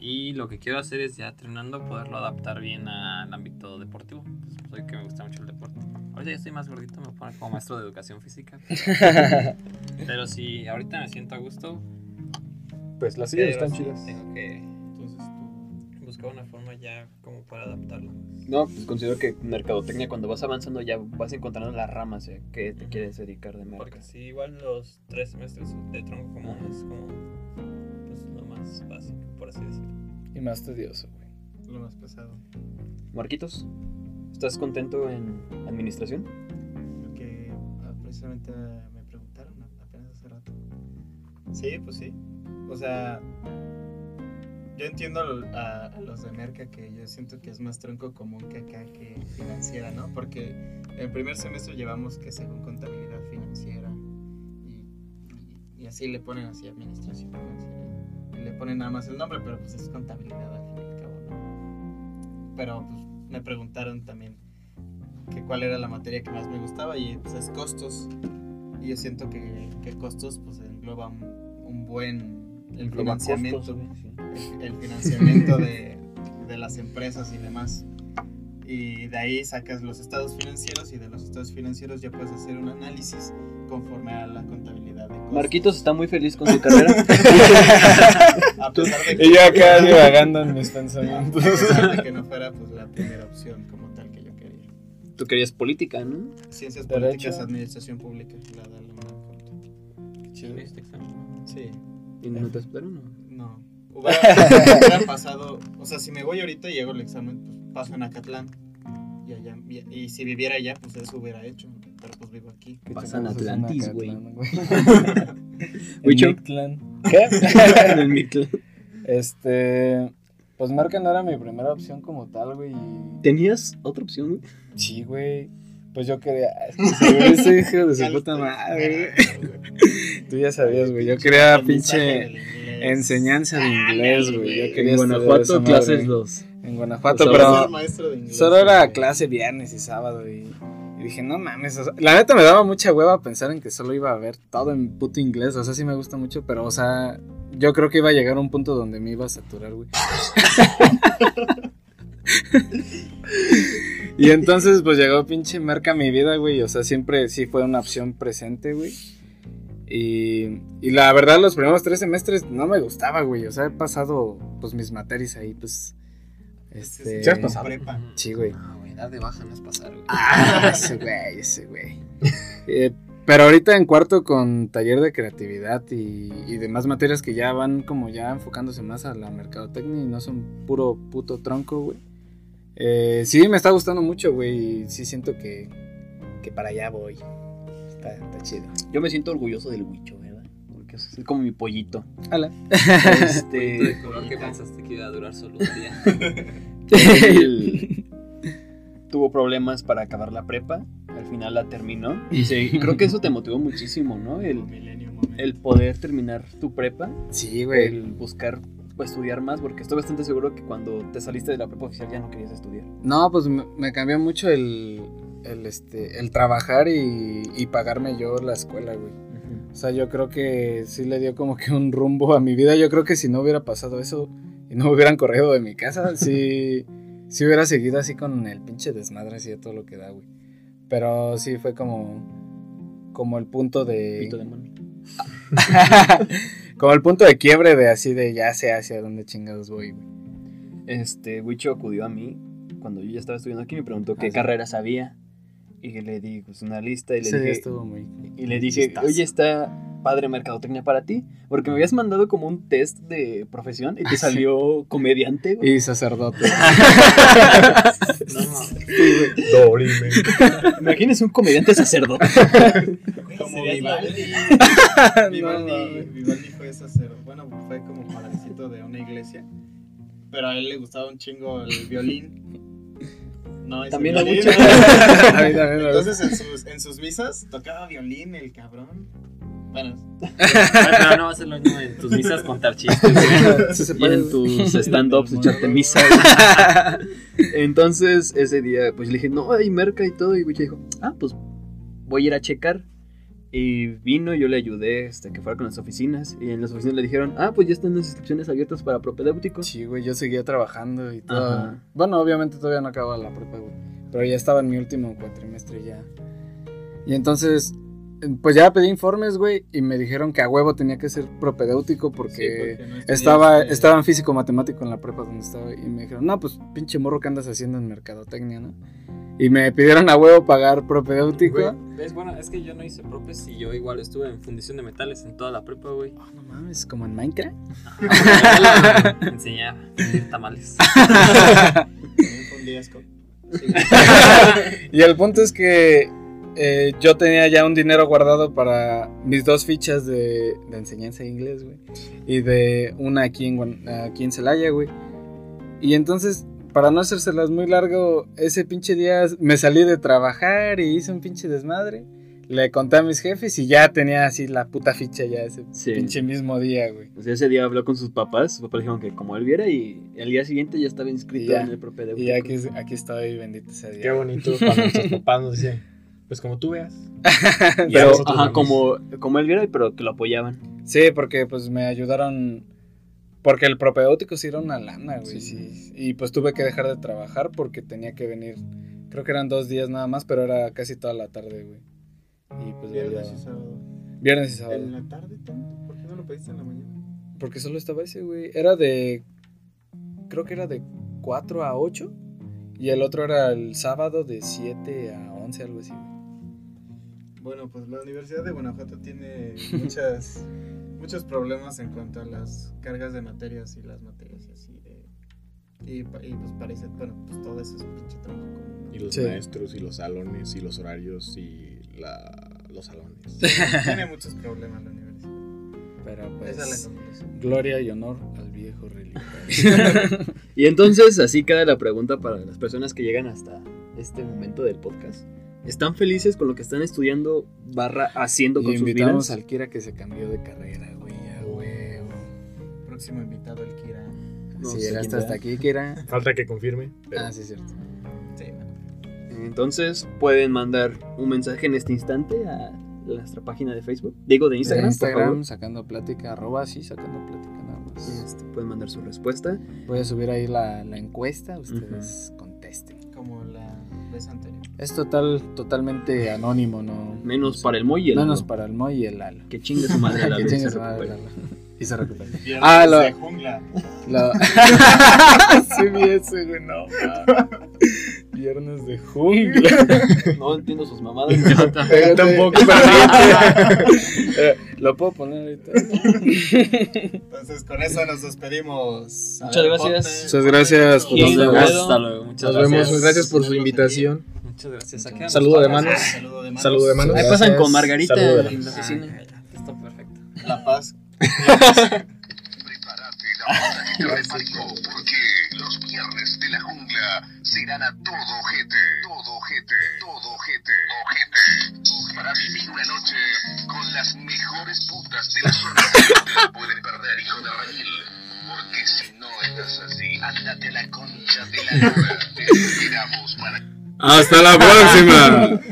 S5: Y lo que quiero hacer es ya terminando poderlo adaptar bien al ámbito deportivo. Pues soy que me gusta mucho el deporte. Ahorita ya estoy más gordito, me ponen como maestro de
S3: [LAUGHS]
S5: educación física. Pero sí, ahorita me siento a gusto.
S3: Pues las sillas
S5: pero
S3: están
S5: sí
S3: chidas.
S5: Tengo que
S1: Entonces tú.
S5: buscar una forma ya como para adaptarlo.
S4: No, pues considero que mercadotecnia, cuando vas avanzando, ya vas encontrando las ramas eh, que te quieres dedicar de
S5: Porque
S4: marca.
S5: si igual los tres semestres de tronco común es como pues, lo más básico, por así decirlo.
S2: Y más tedioso, güey.
S1: Lo más pesado.
S4: Marquitos, ¿estás contento en administración?
S1: Lo que ah, precisamente me preguntaron apenas hace rato. Sí, pues sí. O sea, yo entiendo a lo- a, a los de Merca que yo siento que es más tronco común que acá que financiera, ¿no? Porque el primer semestre llevamos que según contabilidad financiera y, y- y así le ponen así administración financiera. Y le ponen nada más el nombre, pero pues es contabilidad al fin y al cabo, ¿no? Pero pues me preguntaron también que cuál era la materia que más me gustaba y pues es costos. Y yo siento que, que costos pues engloba un, un buen el
S4: Engloba
S1: financiamiento
S4: costos, güey, sí.
S1: el- el financiamiento de, de las empresas y demás. Y de ahí sacas los estados financieros y de los estados financieros ya puedes hacer un análisis conforme a la contabilidad de costos.
S4: Marquitos está muy feliz con
S2: [LAUGHS]
S4: su carrera.
S1: a pesar de que,
S2: Y yo acá divagando en mis [LAUGHS] pensamientos.
S1: a pesar de que no fuera pues, la primera opción como tal que yo quería.
S4: Tú querías política, ¿no?
S1: Ciencias
S2: Derecho.
S1: Políticas, Administración Pública, la de la UNAM.
S5: ¿En este examen?
S1: Sí,
S4: ¿Y no te
S2: [LAUGHS]
S4: aceptaron? o?
S1: no. Hubiera, [LAUGHS] hubiera pasado, o sea, si me voy ahorita y hago el examen, pues paso en Acatlán. Y, allá, y, y si viviera allá, pues eso hubiera hecho. Pero pues vivo aquí.
S4: Pasan
S2: Eso es una
S4: Atlantis, güey.
S2: Catlán, güey.
S4: Huicho.
S2: En Mictlán. ¿Qué?
S4: En el Mictlán.
S2: [LAUGHS] Este. Pues Merca no era mi primera opción como tal, güey. y-
S4: ¿Tenías otra opción, güey?
S2: Sí, güey. Pues yo quería. Es que se ve ese hijo de
S1: Ya
S2: su
S1: lo
S2: puta
S1: estoy
S2: madre,
S1: esperando, güey.
S2: güey. Tú ya sabías, güey. Yo quería
S1: Aprendizaje
S2: pinche
S1: del inglés.
S2: enseñanza de inglés, güey. Yo quería estudiar
S4: En
S2: esa
S4: Guanajuato,
S2: madre.
S4: clases 2.
S2: En Guanajuato,
S4: Los
S1: Quiero ser
S2: pero
S1: maestro de inglés,
S2: solo era
S1: güey.
S2: clase viernes y sábado. Y, y dije, no mames. o sea, la neta me daba mucha hueva pensar en que solo iba a ver todo en puto inglés. O sea, sí me gusta mucho, pero, o sea, yo creo que iba a llegar a un punto donde me iba a saturar, güey. [LAUGHS] Y entonces, pues llegó pinche marca mi vida, güey. O sea, siempre sí fue una opción presente, güey. Y, y la verdad, los primeros tres semestres no me gustaba, güey. O sea, he pasado, pues, mis materias ahí, pues.
S1: Sí,
S2: Este,
S1: sí,
S3: has pasado?
S1: prepa.
S2: Sí, güey.
S5: Ah, güey, dar de baja no es pasar, güey.
S2: Ah, ese güey, ese güey. Eh, pero ahorita en cuarto con taller de creatividad y, y demás materias que ya van como ya enfocándose más a la mercadotecnia y no son puro puto tronco, güey. Eh, sí, me está gustando mucho, güey. y Sí siento que, que para allá voy. Está, está chido.
S4: Yo me siento orgulloso del huicho, ¿verdad? Porque es es como mi pollito.
S2: Ala.
S4: Este,
S2: [LAUGHS]
S5: De color que pensaste que iba a durar solo un día.
S4: él tuvo problemas para acabar la prepa, al final la terminó. Y, se- y creo que eso te motivó muchísimo, ¿no? El,
S1: Millennium
S4: el poder terminar tu prepa,
S2: Sí, güey.
S4: el buscar pues, estudiar más, porque estoy bastante seguro que cuando te saliste de la prepa oficial ya no querías estudiar.
S2: No, pues me, me cambió mucho el, el, este, el trabajar y, y pagarme yo la escuela, güey. O sea, yo creo que sí le dio como que un rumbo a mi vida. Yo creo que si no hubiera pasado eso y no me hubieran corrido de mi [LAUGHS] casa, sí, sí hubiera seguido así con el pinche desmadre, así de todo lo que da, güey. Pero sí fue como, como el punto
S4: Pito
S2: de...
S4: de mono.
S2: [LAUGHS] como el punto de quiebre de así de ya sé hacia dónde chingados voy, güey.
S4: Este, Wicho acudió a mí cuando yo ya estaba estudiando aquí y me preguntó qué
S2: Ah, sí.
S4: carreras había. Y le di pues, una lista y le
S2: Ese día
S4: dije,
S2: estuvo muy...
S4: y le dije
S2: Chistazo.
S4: oye, está padre mercadotecnia para ti. Porque me habías mandado como un test de profesión
S2: Ah,
S4: y te salió
S2: [LAUGHS]
S4: comediante, güey.
S2: Y sacerdote.
S5: No mames.
S3: Doblemente.
S4: Imagínese un comediante sacerdote.
S1: Como
S5: Serías la
S1: Vivaldi.
S2: No,
S1: Pues,
S2: [LAUGHS]
S1: Vivaldi,
S2: mames.
S1: Vivaldi fue sacerdote, bueno, fue como padrecito de una iglesia, pero a él le gustaba un chingo el violín. No, ese
S4: También a
S1: violín.
S4: Wicho.
S1: [LAUGHS]
S2: A mí también me gusta.
S1: Entonces en sus, en sus misas tocaba violín el cabrón. Bueno,
S5: Ay, Pero no va a ser lo mismo en tus misas contar chistes.
S2: [LAUGHS] Sí se
S4: Y
S2: puede,
S4: en
S2: güey. [LAUGHS]
S4: tus stand-ups echarte misa. [LAUGHS] güey. Entonces, ese día, pues le dije, no, hay merca y todo. Y Wicho dijo, ah, pues voy a ir a checar. Y vino, yo le ayudé hasta que fuera con las oficinas. Y en las oficinas le dijeron, ah, pues ya están las inscripciones abiertas para propedéuticos.
S2: Sí, güey, yo seguía trabajando y todo.
S4: Ajá.
S2: Bueno, obviamente todavía no acababa la prepa, güey. Pero ya estaba en mi último cuatrimestre ya. Y entonces, pues ya pedí informes, güey, y me dijeron que a huevo tenía que ser propedéutico porque, estaba, estaba en físico matemático en la prepa donde estaba. Y me dijeron, no, pues pinche morro que andas haciendo en mercadotecnia, ¿no? Y me pidieron a huevo pagar propedéutico.
S5: Güey, ¿Ves? Bueno, es que yo no hice propes y yo igual estuve en fundición de metales en toda la prepa, güey.
S2: [LAUGHS] Ah, no mames, como en Minecraft.
S5: Ajá, Me enseñaba a fundir tamales.
S2: Y el punto es que eh, yo tenía ya un dinero guardado para mis dos fichas de, de enseñanza de inglés, güey. Y de una aquí en, Guan- aquí en Celaya, güey. Y entonces, para no hacérselas muy largo, ese pinche día me salí de trabajar y hice un pinche desmadre. Le conté a mis jefes y ya tenía así la puta ficha ya ese
S4: Sí.
S2: pinche mismo día, güey.
S4: O sea, ese día habló con sus papás. Sus papás dijeron que como él viera y al día siguiente ya estaba inscrito
S2: Y ya.
S4: en el propedéutico.
S2: Y
S4: [LAUGHS]
S2: aquí, aquí estoy, bendito sea
S3: Qué
S2: Dios.
S3: bonito cuando nuestros papás nos decían, pues como tú
S4: [LAUGHS]
S3: veas. Y ya
S4: Pero,
S3: nosotros
S4: ajá,
S3: vemos.
S4: como, como él viera, pero que lo apoyaban.
S2: Sí, porque pues me ayudaron. Porque el propedéutico sí era una lana, güey. sí. Y pues tuve que dejar de trabajar porque tenía que venir. Creo que eran dos días nada más, pero era casi toda la tarde, güey. Y pues
S1: Viernes
S2: valía-
S1: y
S2: [LAUGHS]
S1: sábado.
S2: Viernes y sábado.
S1: ¿En la tarde tanto? ¿Por qué no lo pediste en la mañana?
S2: Porque solo estaba ese, güey. Era de. Creo que era de 4 a 8. Y el otro era el sábado de 7 a 11, algo así, güey.
S1: Bueno, pues la Universidad de Guanajuato tiene [LAUGHS] muchas, muchos problemas en cuanto a las cargas de materias y las materias y así de... Y, pa- y pues parece, bueno, pues todo eso es un pinche tronco común.
S3: Y
S1: ¿no?
S3: los
S2: Sí.
S3: maestros, y los salones, y los horarios, y la- los salones.
S1: [LAUGHS] Tiene muchos problemas la universidad.
S2: Pero pues.
S1: Esa es la conclusión.
S2: Gloria y honor al viejo religioso.
S4: Y entonces así queda la pregunta para las personas que llegan hasta este momento del podcast. ¿Están felices con lo que están estudiando barra haciendo con
S2: Y
S4: sus
S2: invitamos
S4: vidas?
S2: al Kira que se cambió de carrera, güey, a huevo.
S1: Próximo invitado, el Kira.
S4: No
S2: si
S4: sé
S2: llegaste
S4: quién
S2: hasta
S4: sea.
S2: aquí,
S4: [LAUGHS]
S2: Kira.
S3: [LAUGHS] Falta que confirme. pero-
S2: Ah, sí, es cierto.
S1: Sí,
S4: Entonces pueden mandar un mensaje en este instante a nuestra página de Facebook, digo de Instagram,
S2: De
S4: por favor.
S2: Instagram, sacando plática, arroba, sí, sacando plática nada más.
S4: Este, pueden mandar su respuesta.
S2: Voy a subir ahí la, la encuesta, ustedes contesten.
S1: como la vez anterior.
S2: Es total, totalmente anónimo, ¿no?
S4: Menos para el Moy y el
S2: Menos
S4: Lalo.
S2: para el Moy y el Lalo.
S4: Que chingue su madre
S2: [LAUGHS]
S4: la
S2: Que
S4: vez,
S2: chingue
S4: se
S2: su madre,
S4: recupera.
S2: Lalo. Y se
S4: [LAUGHS]
S2: recupera.
S1: ah,
S2: Ah, lo-
S1: de jungla.
S3: [LAUGHS]
S2: Lo... sí, vi ese, güey, no. mames. viernes de jungla.
S4: No entiendo sus mamadas.
S2: [LAUGHS] Yo tampoco,
S3: [LAUGHS]
S2: pero Eh, Lo puedo poner ahorita.
S1: Entonces, con eso nos despedimos. A
S4: Muchas
S1: ver,
S4: gracias.
S1: ponte-
S2: Muchas gracias
S1: ponte
S2: por
S1: tu-
S2: todo.
S5: Hasta luego. Muchas
S3: Nos
S5: gracias.
S3: vemos. Gracias por su invitación.
S5: Muchas gracias. Aquí
S3: Saludo de
S5: andamos.
S3: manos.
S1: Saludo de manos.
S3: Saludo de manos.
S4: Ahí pasan
S3: Gracias.
S4: con Margarita
S3: Saludo de manos.
S4: en la oficina.
S5: Está perfecto.
S1: La paz.
S7: Prepárate la puta que te reparó, porque los viernes de la jungla serán a todo gente, todo gente, todo gente, Para vivir una noche con las mejores putas de la zona. No te pueden perder, hijo de Ramil. Porque si no estás así, ándate a la concha de la lora. Te esperamos para
S6: Hasta la próxima.